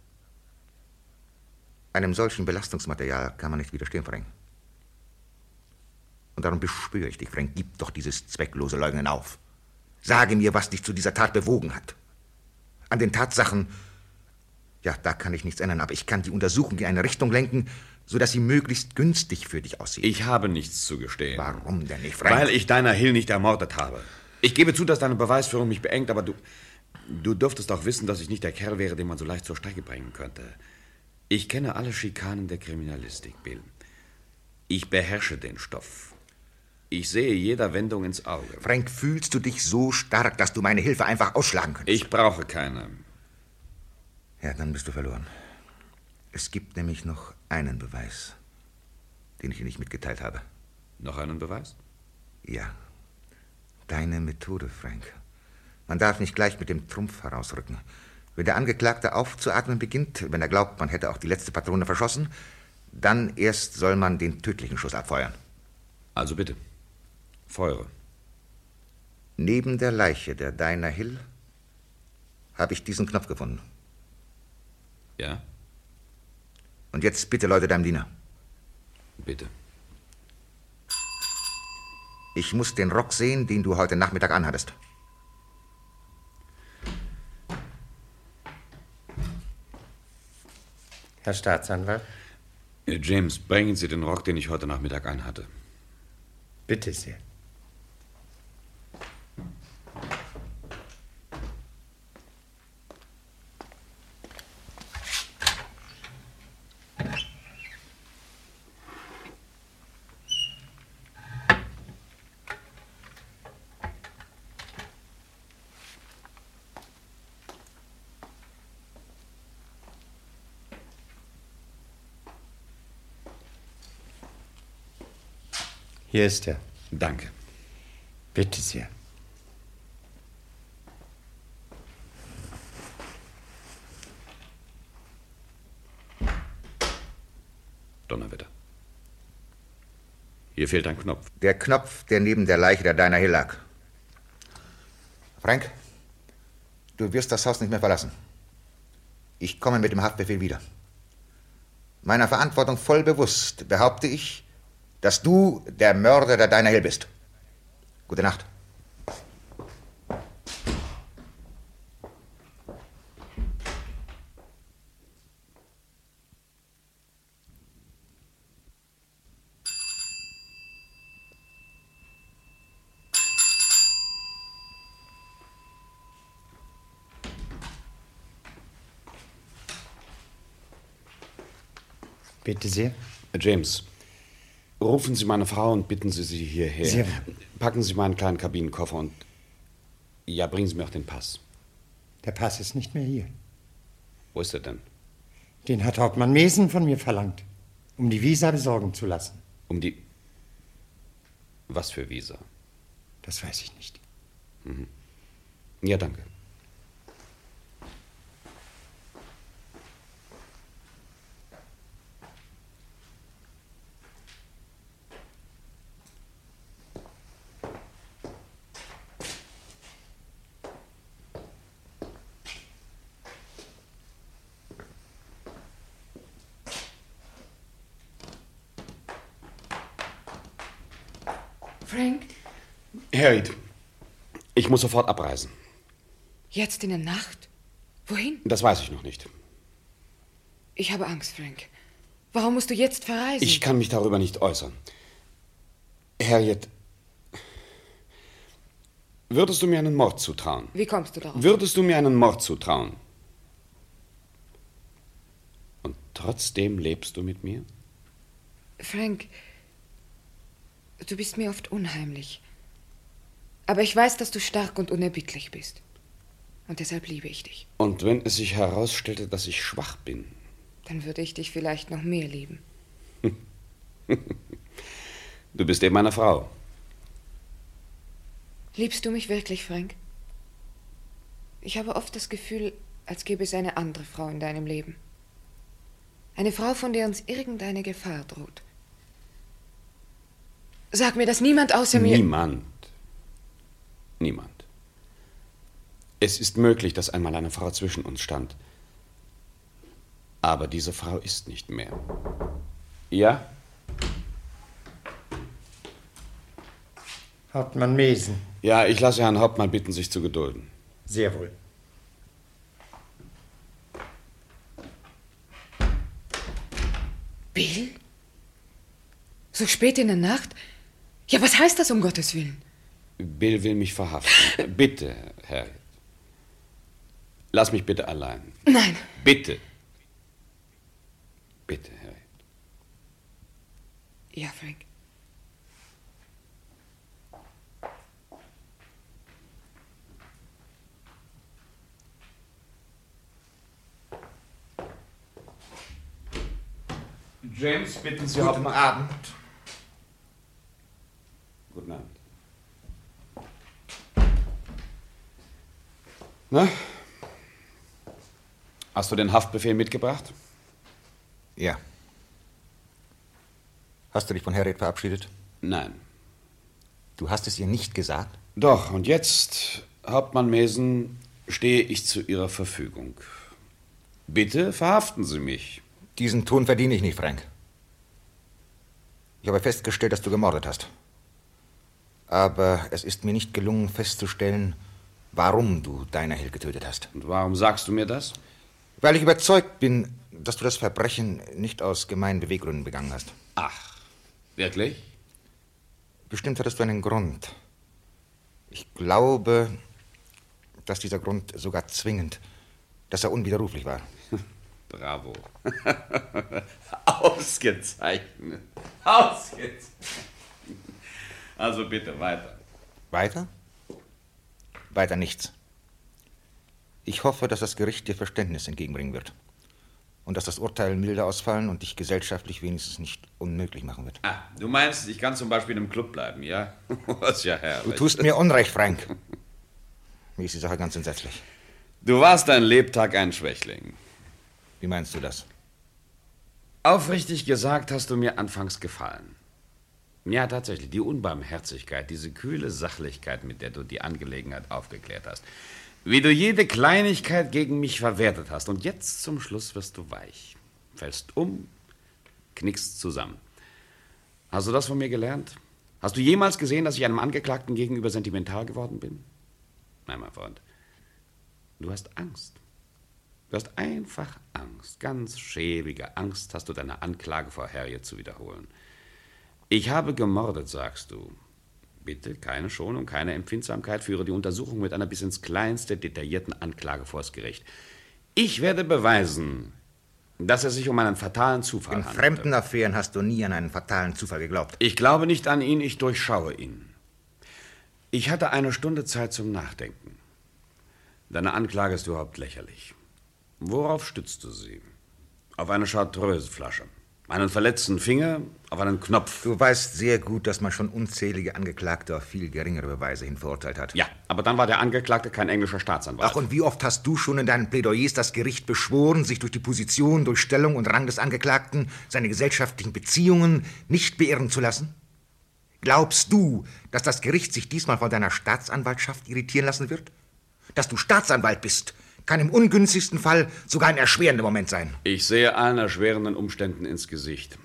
Einem solchen Belastungsmaterial kann man nicht widerstehen, Frank. Und darum beschwöre ich dich, Frank, gib doch dieses zwecklose Leugnen auf. Sage mir, was dich zu dieser Tat bewogen hat. An den Tatsachen, ja, da kann ich nichts ändern, aber ich kann die Untersuchung in eine Richtung lenken, sodass sie möglichst günstig für dich aussieht.
Ich habe nichts zu gestehen.
Warum denn nicht, Frank?
Weil ich deiner Hill nicht ermordet habe. Ich gebe zu, dass deine Beweisführung mich beengt, aber du. Du dürftest auch wissen, dass ich nicht der Kerl wäre, den man so leicht zur Strecke bringen könnte. Ich kenne alle Schikanen der Kriminalistik, Bill. Ich beherrsche den Stoff. Ich sehe jeder Wendung ins Auge.
Frank, fühlst du dich so stark, dass du meine Hilfe einfach ausschlagen könntest?
Ich brauche keine.
Ja, dann bist du verloren. Es gibt nämlich noch einen Beweis, den ich dir nicht mitgeteilt habe.
Noch einen Beweis?
Ja. Deine Methode, Frank. Man darf nicht gleich mit dem Trumpf herausrücken. Wenn der Angeklagte aufzuatmen beginnt, wenn er glaubt, man hätte auch die letzte Patrone verschossen, dann erst soll man den tödlichen Schuss abfeuern.
Also bitte. Feuere.
Neben der Leiche der Dinah Hill habe ich diesen Knopf gefunden.
Ja?
Und jetzt bitte, Leute, deinem Diener.
Bitte.
Ich muss den Rock sehen, den du heute Nachmittag anhattest.
Herr Staatsanwalt?
Äh, James, bringen Sie den Rock, den ich heute Nachmittag anhatte.
Bitte sehr. Hier ist er.
Danke.
Bitte sehr.
Donnerwetter. Hier fehlt ein Knopf.
Der Knopf, der neben der Leiche der Dinah Hill lag. Frank, du wirst das Haus nicht mehr verlassen. Ich komme mit dem Haftbefehl wieder. Meiner Verantwortung voll bewusst behaupte ich, dass du der Mörder der Dinah Hill bist. Gute Nacht.
Bitte sehr.
James, rufen Sie meine Frau und bitten Sie sie hierher.
Sehr
Packen Sie meinen kleinen Kabinenkoffer und. Ja, bringen Sie mir auch den Pass.
Der Pass ist nicht mehr hier.
Wo ist er denn?
Den hat Hauptmann Mesen von mir verlangt, um die Visa besorgen zu lassen.
Um die. Was für Visa?
Das weiß ich nicht.
Mhm. Ja, danke.
Frank,
Herr Reed, ich muss sofort abreisen.
jetzt in der Nacht? Wohin?
Das weiß ich noch nicht.
Ich habe Angst, Frank. Warum musst du jetzt verreisen?
Ich kann mich darüber nicht äußern. Harriet,
Würdest du mir einen Mord zutrauen?
Wie kommst du darauf?
Würdest du mir einen Mord zutrauen?
Und trotzdem lebst du mit mir?
Frank, du bist mir oft unheimlich. Aber ich weiß, dass du stark und unerbittlich bist. Und deshalb liebe ich dich.
Und wenn es sich herausstellte, dass ich schwach bin,
Dann würde ich dich vielleicht noch mehr lieben.
du bist eben meine Frau.
Liebst du mich wirklich, Frank? Ich habe oft das Gefühl, als gäbe es eine andere Frau in deinem Leben. Eine Frau, von der uns irgendeine Gefahr droht. Sag mir, dass niemand außer mir.
Niemand. Niemand. Es ist möglich, dass einmal eine Frau zwischen uns stand. Aber diese Frau ist nicht mehr. Ja?
Hauptmann Mesen.
Ja, ich lasse Herrn Hauptmann bitten, sich zu gedulden.
Sehr wohl.
Bill? So spät in der Nacht? Ja, was heißt das um Gottes Willen?
Bill will mich verhaften. Bitte, Harriet. Lass mich bitte allein.
Nein.
Bitte. Bitte, Harriet.
Ja, Frank.
James, bitten Sie
Guten Abend.
Guten Abend.
Na? Hast du den Haftbefehl mitgebracht?
Ja. Hast du dich von Harriet verabschiedet?
Nein.
Du hast es ihr nicht gesagt?
Doch, und jetzt, Hauptmann Mesen, stehe ich zu Ihrer Verfügung. Bitte verhaften Sie mich.
Diesen Ton verdiene ich nicht, Frank. Ich habe festgestellt, dass du gemordet hast. Aber es ist mir nicht gelungen festzustellen, warum du Deinerhill getötet hast.
Und warum sagst du mir das?
Weil ich überzeugt bin, dass du das Verbrechen nicht aus gemeinen Beweggründen begangen hast.
Ach, wirklich?
Bestimmt hattest du einen Grund. Ich glaube, dass dieser Grund sogar zwingend, dass er unwiderruflich war.
Bravo. Ausgezeichnet. Ausgezeichnet. Also bitte weiter.
Weiter? Weiter nichts. Ich hoffe, dass das Gericht dir Verständnis entgegenbringen wird. Und dass das Urteil milder ausfallen und dich gesellschaftlich wenigstens nicht unmöglich machen wird.
Ah, du meinst, ich kann zum Beispiel im Club bleiben, ja? Das ist ja
Du
herrlich.
tust mir Unrecht, Frank. Mir ist die Sache ganz entsetzlich.
Du warst dein Lebtag ein Schwächling.
Wie meinst du das?
Aufrichtig gesagt hast du mir anfangs gefallen. Ja, tatsächlich, die Unbarmherzigkeit, diese kühle Sachlichkeit, mit der du die Angelegenheit aufgeklärt hast. Wie du jede Kleinigkeit gegen mich verwertet hast. Und jetzt zum Schluss wirst du weich. Fällst um, knickst zusammen. Hast du das von mir gelernt? Hast du jemals gesehen, dass ich einem Angeklagten gegenüber sentimental geworden bin? Nein, mein Freund. Du hast Angst. Du hast einfach Angst, ganz schäbige Angst hast du, deine Anklage vor Harriet zu wiederholen. Ich habe gemordet, sagst du. Bitte keine Schonung, keine Empfindsamkeit, führe die Untersuchung mit einer bis ins kleinste detaillierten Anklage vors Gericht. Ich werde beweisen, dass es sich um einen fatalen Zufall
In
handelt.
fremden Affären hast du nie an einen fatalen Zufall geglaubt.
Ich glaube nicht an ihn, ich durchschaue ihn. Ich hatte eine Stunde Zeit zum Nachdenken. Deine Anklage ist überhaupt lächerlich. Worauf stützt du sie? Auf eine Chartreuseflasche, einen verletzten Finger, auf einen Knopf.
Du weißt sehr gut, dass man schon unzählige Angeklagte auf viel geringere Beweise hin verurteilt hat.
Ja, aber dann war der Angeklagte kein englischer Staatsanwalt.
Ach, und wie oft hast du schon in deinen Plädoyers das Gericht beschworen, sich durch die Position, durch Stellung und Rang des Angeklagten, seine gesellschaftlichen Beziehungen nicht beirren zu lassen? Glaubst du, dass das Gericht sich diesmal von deiner Staatsanwaltschaft irritieren lassen wird? Dass du Staatsanwalt bist, kann im ungünstigsten Fall sogar ein erschwerender Moment sein.
Ich sehe allen erschwerenden Umständen ins Gesicht.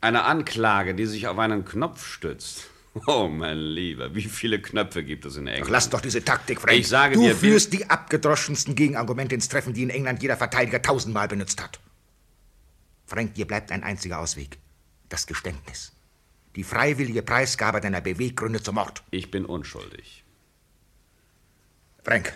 Eine Anklage, die sich auf einen Knopf stützt. Oh, mein Lieber, wie viele Knöpfe gibt es in England?
Ach, lass doch diese Taktik, Frank.
Ich sage
du
dir, Bill-
führst die abgedroschensten Gegenargumente ins Treffen, die in England jeder Verteidiger tausendmal benutzt hat. Frank, dir bleibt ein einziger Ausweg. Das Geständnis. Die freiwillige Preisgabe deiner Beweggründe zum Mord.
Ich bin unschuldig.
Frank,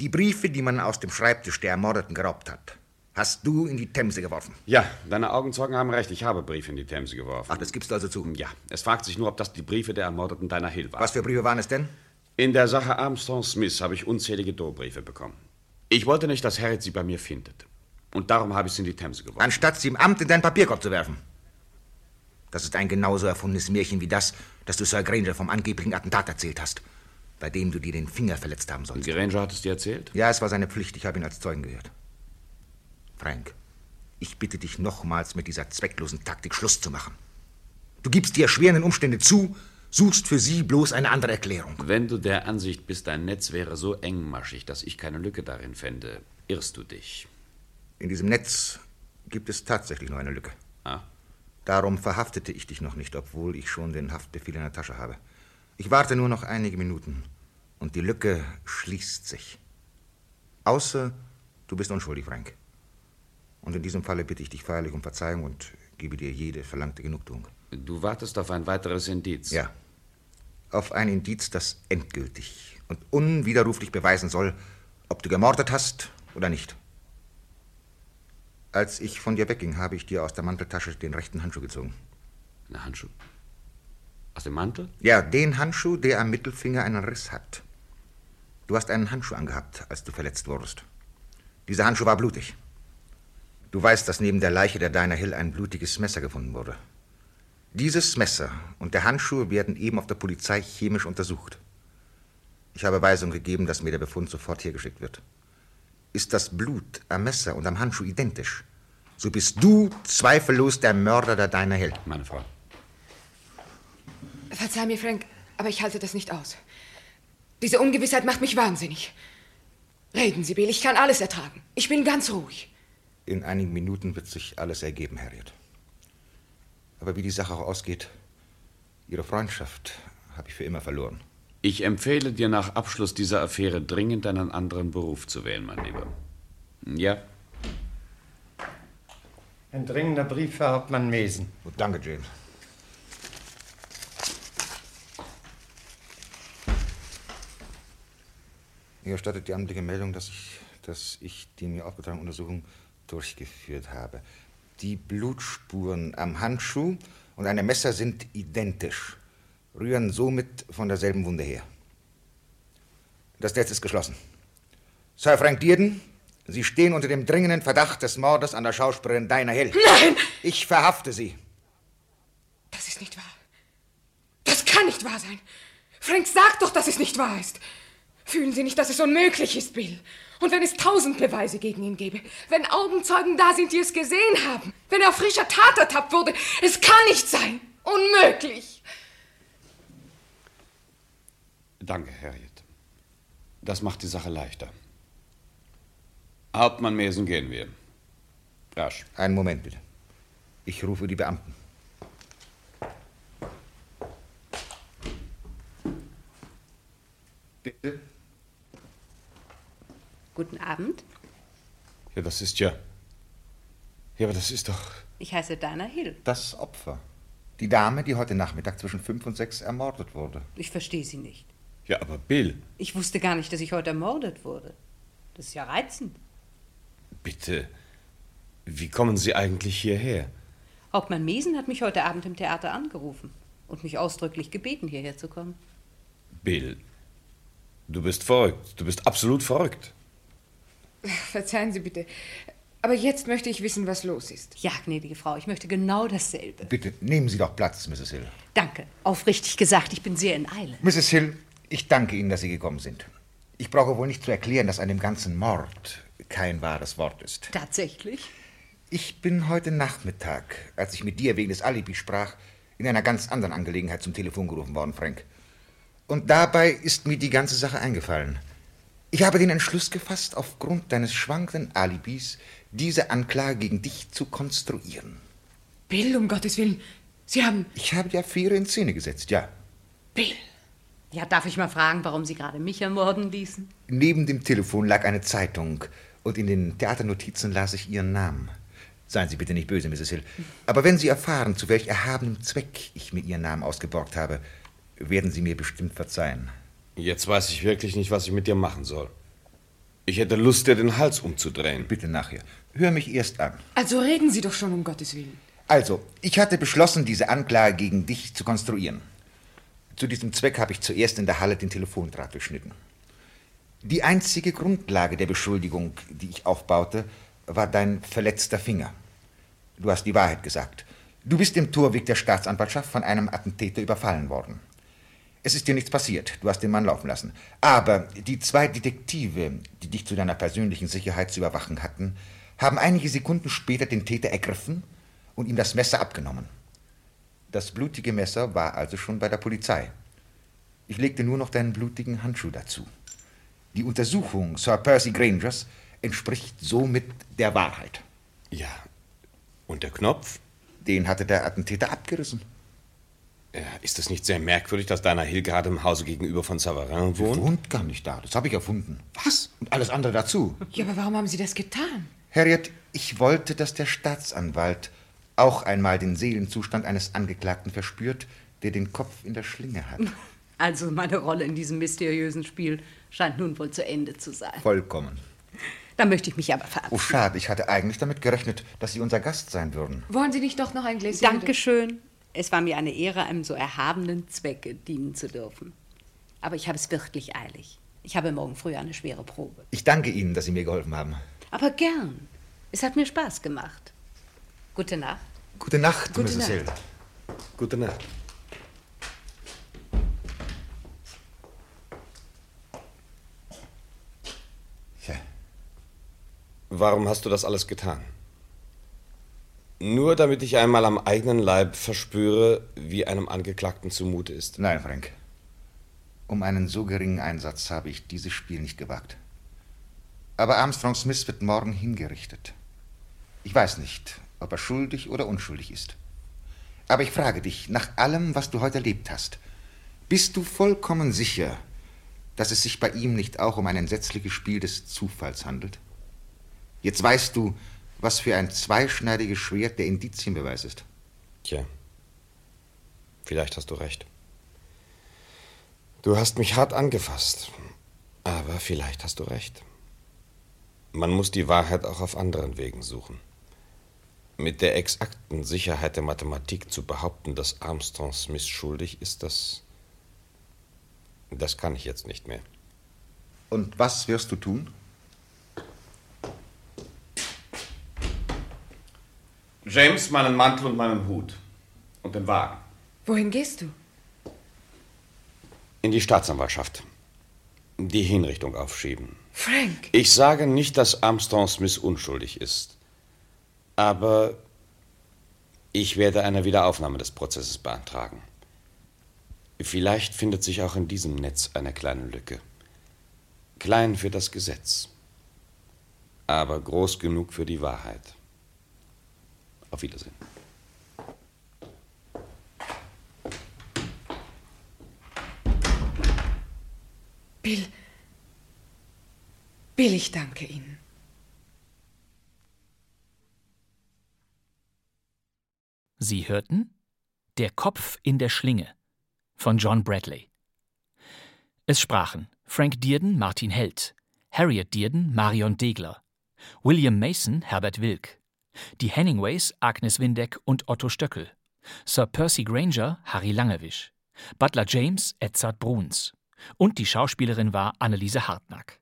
die Briefe, die man aus dem Schreibtisch der Ermordeten geraubt hat, hast du in die Themse geworfen.
Ja, deine Augenzeugen haben recht. Ich habe Briefe in die Themse geworfen. Ach, das
gibst du also zu?
Ja. Es fragt sich nur, ob das die Briefe der Ermordeten deiner Hill waren.
Was für Briefe waren es denn?
In der Sache Armstrong Smith habe ich unzählige Drohbriefe bekommen. Ich wollte nicht, dass Harriet sie bei mir findet. Und darum habe ich sie in die Themse geworfen.
Anstatt sie im Amt in deinen Papierkorb zu werfen. Das ist ein genauso erfundenes Märchen wie das, das du Sir Granger vom angeblichen Attentat erzählt hast, bei dem du dir den Finger verletzt haben sollst.
Granger hat es dir erzählt?
Ja, es war seine Pflicht. Ich habe ihn als Zeugen gehört. Frank, ich bitte dich nochmals, mit dieser zwecklosen Taktik Schluss zu machen. Du gibst die erschwerenden Umstände zu, suchst für sie bloß eine andere Erklärung.
Wenn du der Ansicht bist, dein Netz wäre so engmaschig, dass ich keine Lücke darin fände, irrst du dich.
In diesem Netz gibt es tatsächlich nur eine Lücke.
Ah.
Darum verhaftete ich dich noch nicht, obwohl ich schon den Haftbefehl in der Tasche habe. Ich warte nur noch einige Minuten und die Lücke schließt sich. Außer du bist unschuldig, Frank. Und in diesem Falle bitte ich dich feierlich um Verzeihung und gebe dir jede verlangte Genugtuung.
Du wartest auf ein weiteres Indiz.
Ja. Auf ein Indiz, das endgültig und unwiderruflich beweisen soll, ob du gemordet hast oder nicht. Als ich von dir wegging, habe ich dir aus der Manteltasche den rechten Handschuh gezogen.
Ein Handschuh. Aus dem Mantel?
Ja, den Handschuh, der am Mittelfinger einen Riss hat. Du hast einen Handschuh angehabt, als du verletzt wurdest. Dieser Handschuh war blutig. Du weißt, dass neben der Leiche der Diner Hill ein blutiges Messer gefunden wurde. Dieses Messer und der Handschuh werden eben auf der Polizei chemisch untersucht. Ich habe Weisung gegeben, dass mir der Befund sofort hergeschickt wird. Ist das Blut am Messer und am Handschuh identisch, so bist du zweifellos der Mörder der Diner Hill.
Meine Frau.
Verzeih mir, Frank, aber ich halte das nicht aus. Diese Ungewissheit macht mich wahnsinnig. Reden Sie, Bill, ich kann alles ertragen. Ich bin ganz ruhig.
In einigen Minuten wird sich alles ergeben, Harriet. Aber wie die Sache auch ausgeht, Ihre Freundschaft habe ich für immer verloren.
Ich empfehle dir nach Abschluss dieser Affäre dringend einen anderen Beruf zu wählen, mein Lieber. Ja,
Ein dringender Brief für Hauptmann Mesen.
danke, Jane. Ihr erstattet die amtliche Meldung, dass ich, dass ich die mir aufgetragene Untersuchung durchgeführt habe. Die Blutspuren am Handschuh und einem Messer sind identisch, rühren somit von derselben Wunde her. Das Netz ist geschlossen. Sir Frank Dearden, Sie stehen unter dem dringenden Verdacht des Mordes an der Schauspielerin Dinah Hill. Nein! Ich verhafte Sie.
Das ist nicht wahr. Das kann nicht wahr sein. Frank sagt doch, dass es nicht wahr ist. Fühlen Sie nicht, dass es unmöglich ist, Bill? Und wenn es tausend Beweise gegen ihn gäbe, wenn Augenzeugen da sind, die es gesehen haben, wenn er auf frischer Tat ertappt wurde, es kann nicht sein. Unmöglich.
Danke, Harriet. Das macht die Sache leichter. Hauptmann Mesen gehen wir. Rasch.
Einen Moment bitte. Ich rufe die Beamten.
Bitte?
Guten Abend.
Ja, das ist ja. Ja, aber das ist doch.
Ich heiße Dana Hill.
Das Opfer. Die Dame, die heute Nachmittag zwischen fünf und sechs ermordet wurde.
Ich verstehe Sie nicht.
Ja, aber Bill.
Ich wusste gar nicht, dass ich heute ermordet wurde. Das ist ja reizend.
Bitte. Wie kommen Sie eigentlich hierher?
Hauptmann Mesen hat mich heute Abend im Theater angerufen und mich ausdrücklich gebeten, hierher zu kommen.
Bill. Du bist verrückt. Du bist absolut verrückt.
Verzeihen Sie bitte. Aber jetzt möchte ich wissen, was los ist.
Ja, gnädige Frau, ich möchte genau dasselbe.
Bitte nehmen Sie doch Platz, Mrs. Hill.
Danke. Aufrichtig gesagt, ich bin sehr in Eile.
Mrs. Hill, ich danke Ihnen, dass Sie gekommen sind. Ich brauche wohl nicht zu erklären, dass an dem ganzen Mord kein wahres Wort ist.
Tatsächlich?
Ich bin heute Nachmittag, als ich mit dir wegen des Alibi sprach, in einer ganz anderen Angelegenheit zum Telefon gerufen worden, Frank. Und dabei ist mir die ganze Sache eingefallen. Ich habe den Entschluss gefasst, aufgrund deines schwankenden Alibis diese Anklage gegen dich zu konstruieren.
Bill, um Gottes Willen. Sie haben.
Ich habe die Affäre in Szene gesetzt, ja.
Bill. Ja, darf ich mal fragen, warum Sie gerade mich ermorden ließen?
Neben dem Telefon lag eine Zeitung und in den Theaternotizen las ich Ihren Namen. Seien Sie bitte nicht böse, Mrs. Hill. Aber wenn Sie erfahren, zu welch erhabenem Zweck ich mir Ihren Namen ausgeborgt habe, werden Sie mir bestimmt verzeihen.
Jetzt weiß ich wirklich nicht, was ich mit dir machen soll. Ich hätte Lust, dir den Hals umzudrehen.
Bitte nachher. Hör mich erst an.
Also reden Sie doch schon, um Gottes Willen.
Also, ich hatte beschlossen, diese Anklage gegen dich zu konstruieren. Zu diesem Zweck habe ich zuerst in der Halle den Telefondraht durchschnitten. Die einzige Grundlage der Beschuldigung, die ich aufbaute, war dein verletzter Finger. Du hast die Wahrheit gesagt. Du bist im Torweg der Staatsanwaltschaft von einem Attentäter überfallen worden. Es ist dir nichts passiert, du hast den Mann laufen lassen. Aber die zwei Detektive, die dich zu deiner persönlichen Sicherheit zu überwachen hatten, haben einige Sekunden später den Täter ergriffen und ihm das Messer abgenommen. Das blutige Messer war also schon bei der Polizei. Ich legte nur noch deinen blutigen Handschuh dazu. Die Untersuchung Sir Percy Grangers entspricht somit der Wahrheit.
Ja. Und der Knopf?
Den hatte der Attentäter abgerissen.
Ja, ist es nicht sehr merkwürdig, dass Dana Hill gerade im Hause gegenüber von Savarin wohnt?
wohnt gar nicht da. Das habe ich erfunden. Was? Und alles andere dazu.
Ja, aber warum haben Sie das getan?
Harriet, ich wollte, dass der Staatsanwalt auch einmal den Seelenzustand eines Angeklagten verspürt, der den Kopf in der Schlinge hat.
Also meine Rolle in diesem mysteriösen Spiel scheint nun wohl zu Ende zu sein.
Vollkommen.
Da möchte ich mich aber verabschieden.
Oh, schade, ich hatte eigentlich damit gerechnet, dass Sie unser Gast sein würden.
Wollen Sie nicht doch noch ein Gläschen?
Dankeschön. Es war mir eine Ehre, einem so erhabenen Zweck dienen zu dürfen. Aber ich habe es wirklich eilig. Ich habe morgen früh eine schwere Probe.
Ich danke Ihnen, dass Sie mir geholfen haben.
Aber gern. Es hat mir Spaß gemacht. Gute Nacht.
Gute Nacht,
Gute
Mrs.
Nacht.
Hill. Gute Nacht.
Warum hast du das alles getan? Nur damit ich einmal am eigenen Leib verspüre, wie einem Angeklagten zumute ist.
Nein, Frank. Um einen so geringen Einsatz habe ich dieses Spiel nicht gewagt. Aber Armstrong Smith wird morgen hingerichtet. Ich weiß nicht, ob er schuldig oder unschuldig ist. Aber ich frage dich, nach allem, was du heute erlebt hast, bist du vollkommen sicher, dass es sich bei ihm nicht auch um ein entsetzliches Spiel des Zufalls handelt? Jetzt weißt du, was für ein zweischneidiges Schwert der Indizienbeweis ist.
Tja, vielleicht hast du recht. Du hast mich hart angefasst, aber vielleicht hast du recht. Man muss die Wahrheit auch auf anderen Wegen suchen. Mit der exakten Sicherheit der Mathematik zu behaupten, dass Armstrong Smith schuldig ist, das. das kann ich jetzt nicht mehr.
Und was wirst du tun?
James, meinen Mantel und meinen Hut. Und den Wagen.
Wohin gehst du?
In die Staatsanwaltschaft. Die Hinrichtung aufschieben.
Frank!
Ich sage nicht, dass Armstrong Smith unschuldig ist. Aber ich werde eine Wiederaufnahme des Prozesses beantragen. Vielleicht findet sich auch in diesem Netz eine kleine Lücke. Klein für das Gesetz, aber groß genug für die Wahrheit. Auf Wiedersehen.
Bill. Bill, ich danke Ihnen.
Sie hörten Der Kopf in der Schlinge von John Bradley. Es sprachen Frank Dearden, Martin Held, Harriet Dearden, Marion Degler, William Mason, Herbert Wilk, die Hemingways, Agnes Windeck und Otto Stöckel, Sir Percy Granger, Harry Langewisch, Butler James, Edzard Bruns und die Schauspielerin war Anneliese Hartnack.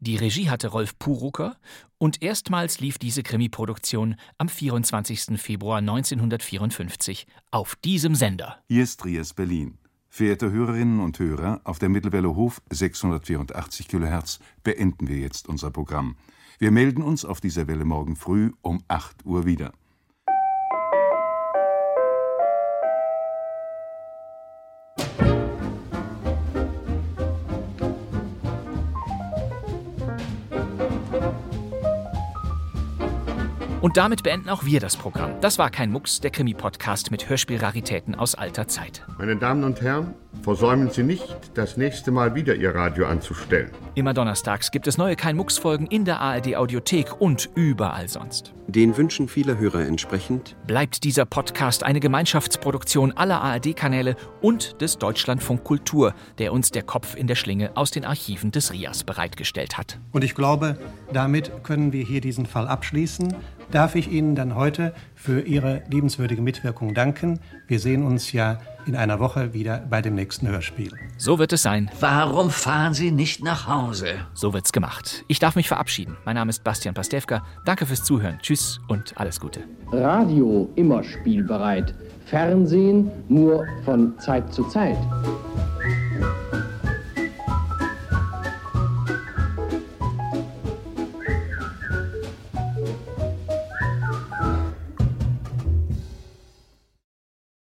Die Regie hatte Rolf Purucker und erstmals lief diese Krimi-Produktion am 24. Februar 1954 auf diesem Sender.
Hier ist Trias Berlin. Verehrte Hörerinnen und Hörer, auf der Mittelwelle Hof 684 kHz beenden wir jetzt unser Programm. Wir melden uns auf dieser Welle morgen früh um 8 Uhr wieder.
Und damit beenden auch wir das Programm. Das war kein Mucks, der Krimi-Podcast mit Hörspielraritäten aus alter Zeit.
Meine Damen und Herren, versäumen Sie nicht, das nächste Mal wieder Ihr Radio anzustellen.
Immer donnerstags gibt es neue Kein Mucks-Folgen in der ARD-Audiothek und überall sonst.
Den Wünschen vieler Hörer entsprechend
Bleibt dieser Podcast eine Gemeinschaftsproduktion aller ARD-Kanäle und des Deutschlandfunk Kultur, der uns der Kopf in der Schlinge aus den Archiven des RIAS bereitgestellt hat.
Und ich glaube, damit können wir hier diesen Fall abschließen. Darf ich Ihnen dann heute für Ihre liebenswürdige Mitwirkung danken. Wir sehen uns ja in einer Woche wieder bei dem nächsten Hörspiel.
So wird es sein.
Warum fahren Sie nicht nach Hause?
So wird's gemacht. Ich darf mich verabschieden. Mein Name ist Bastian Pastewka. Danke fürs Zuhören. Tschüss und alles Gute.
Radio immer spielbereit, Fernsehen nur von Zeit zu Zeit.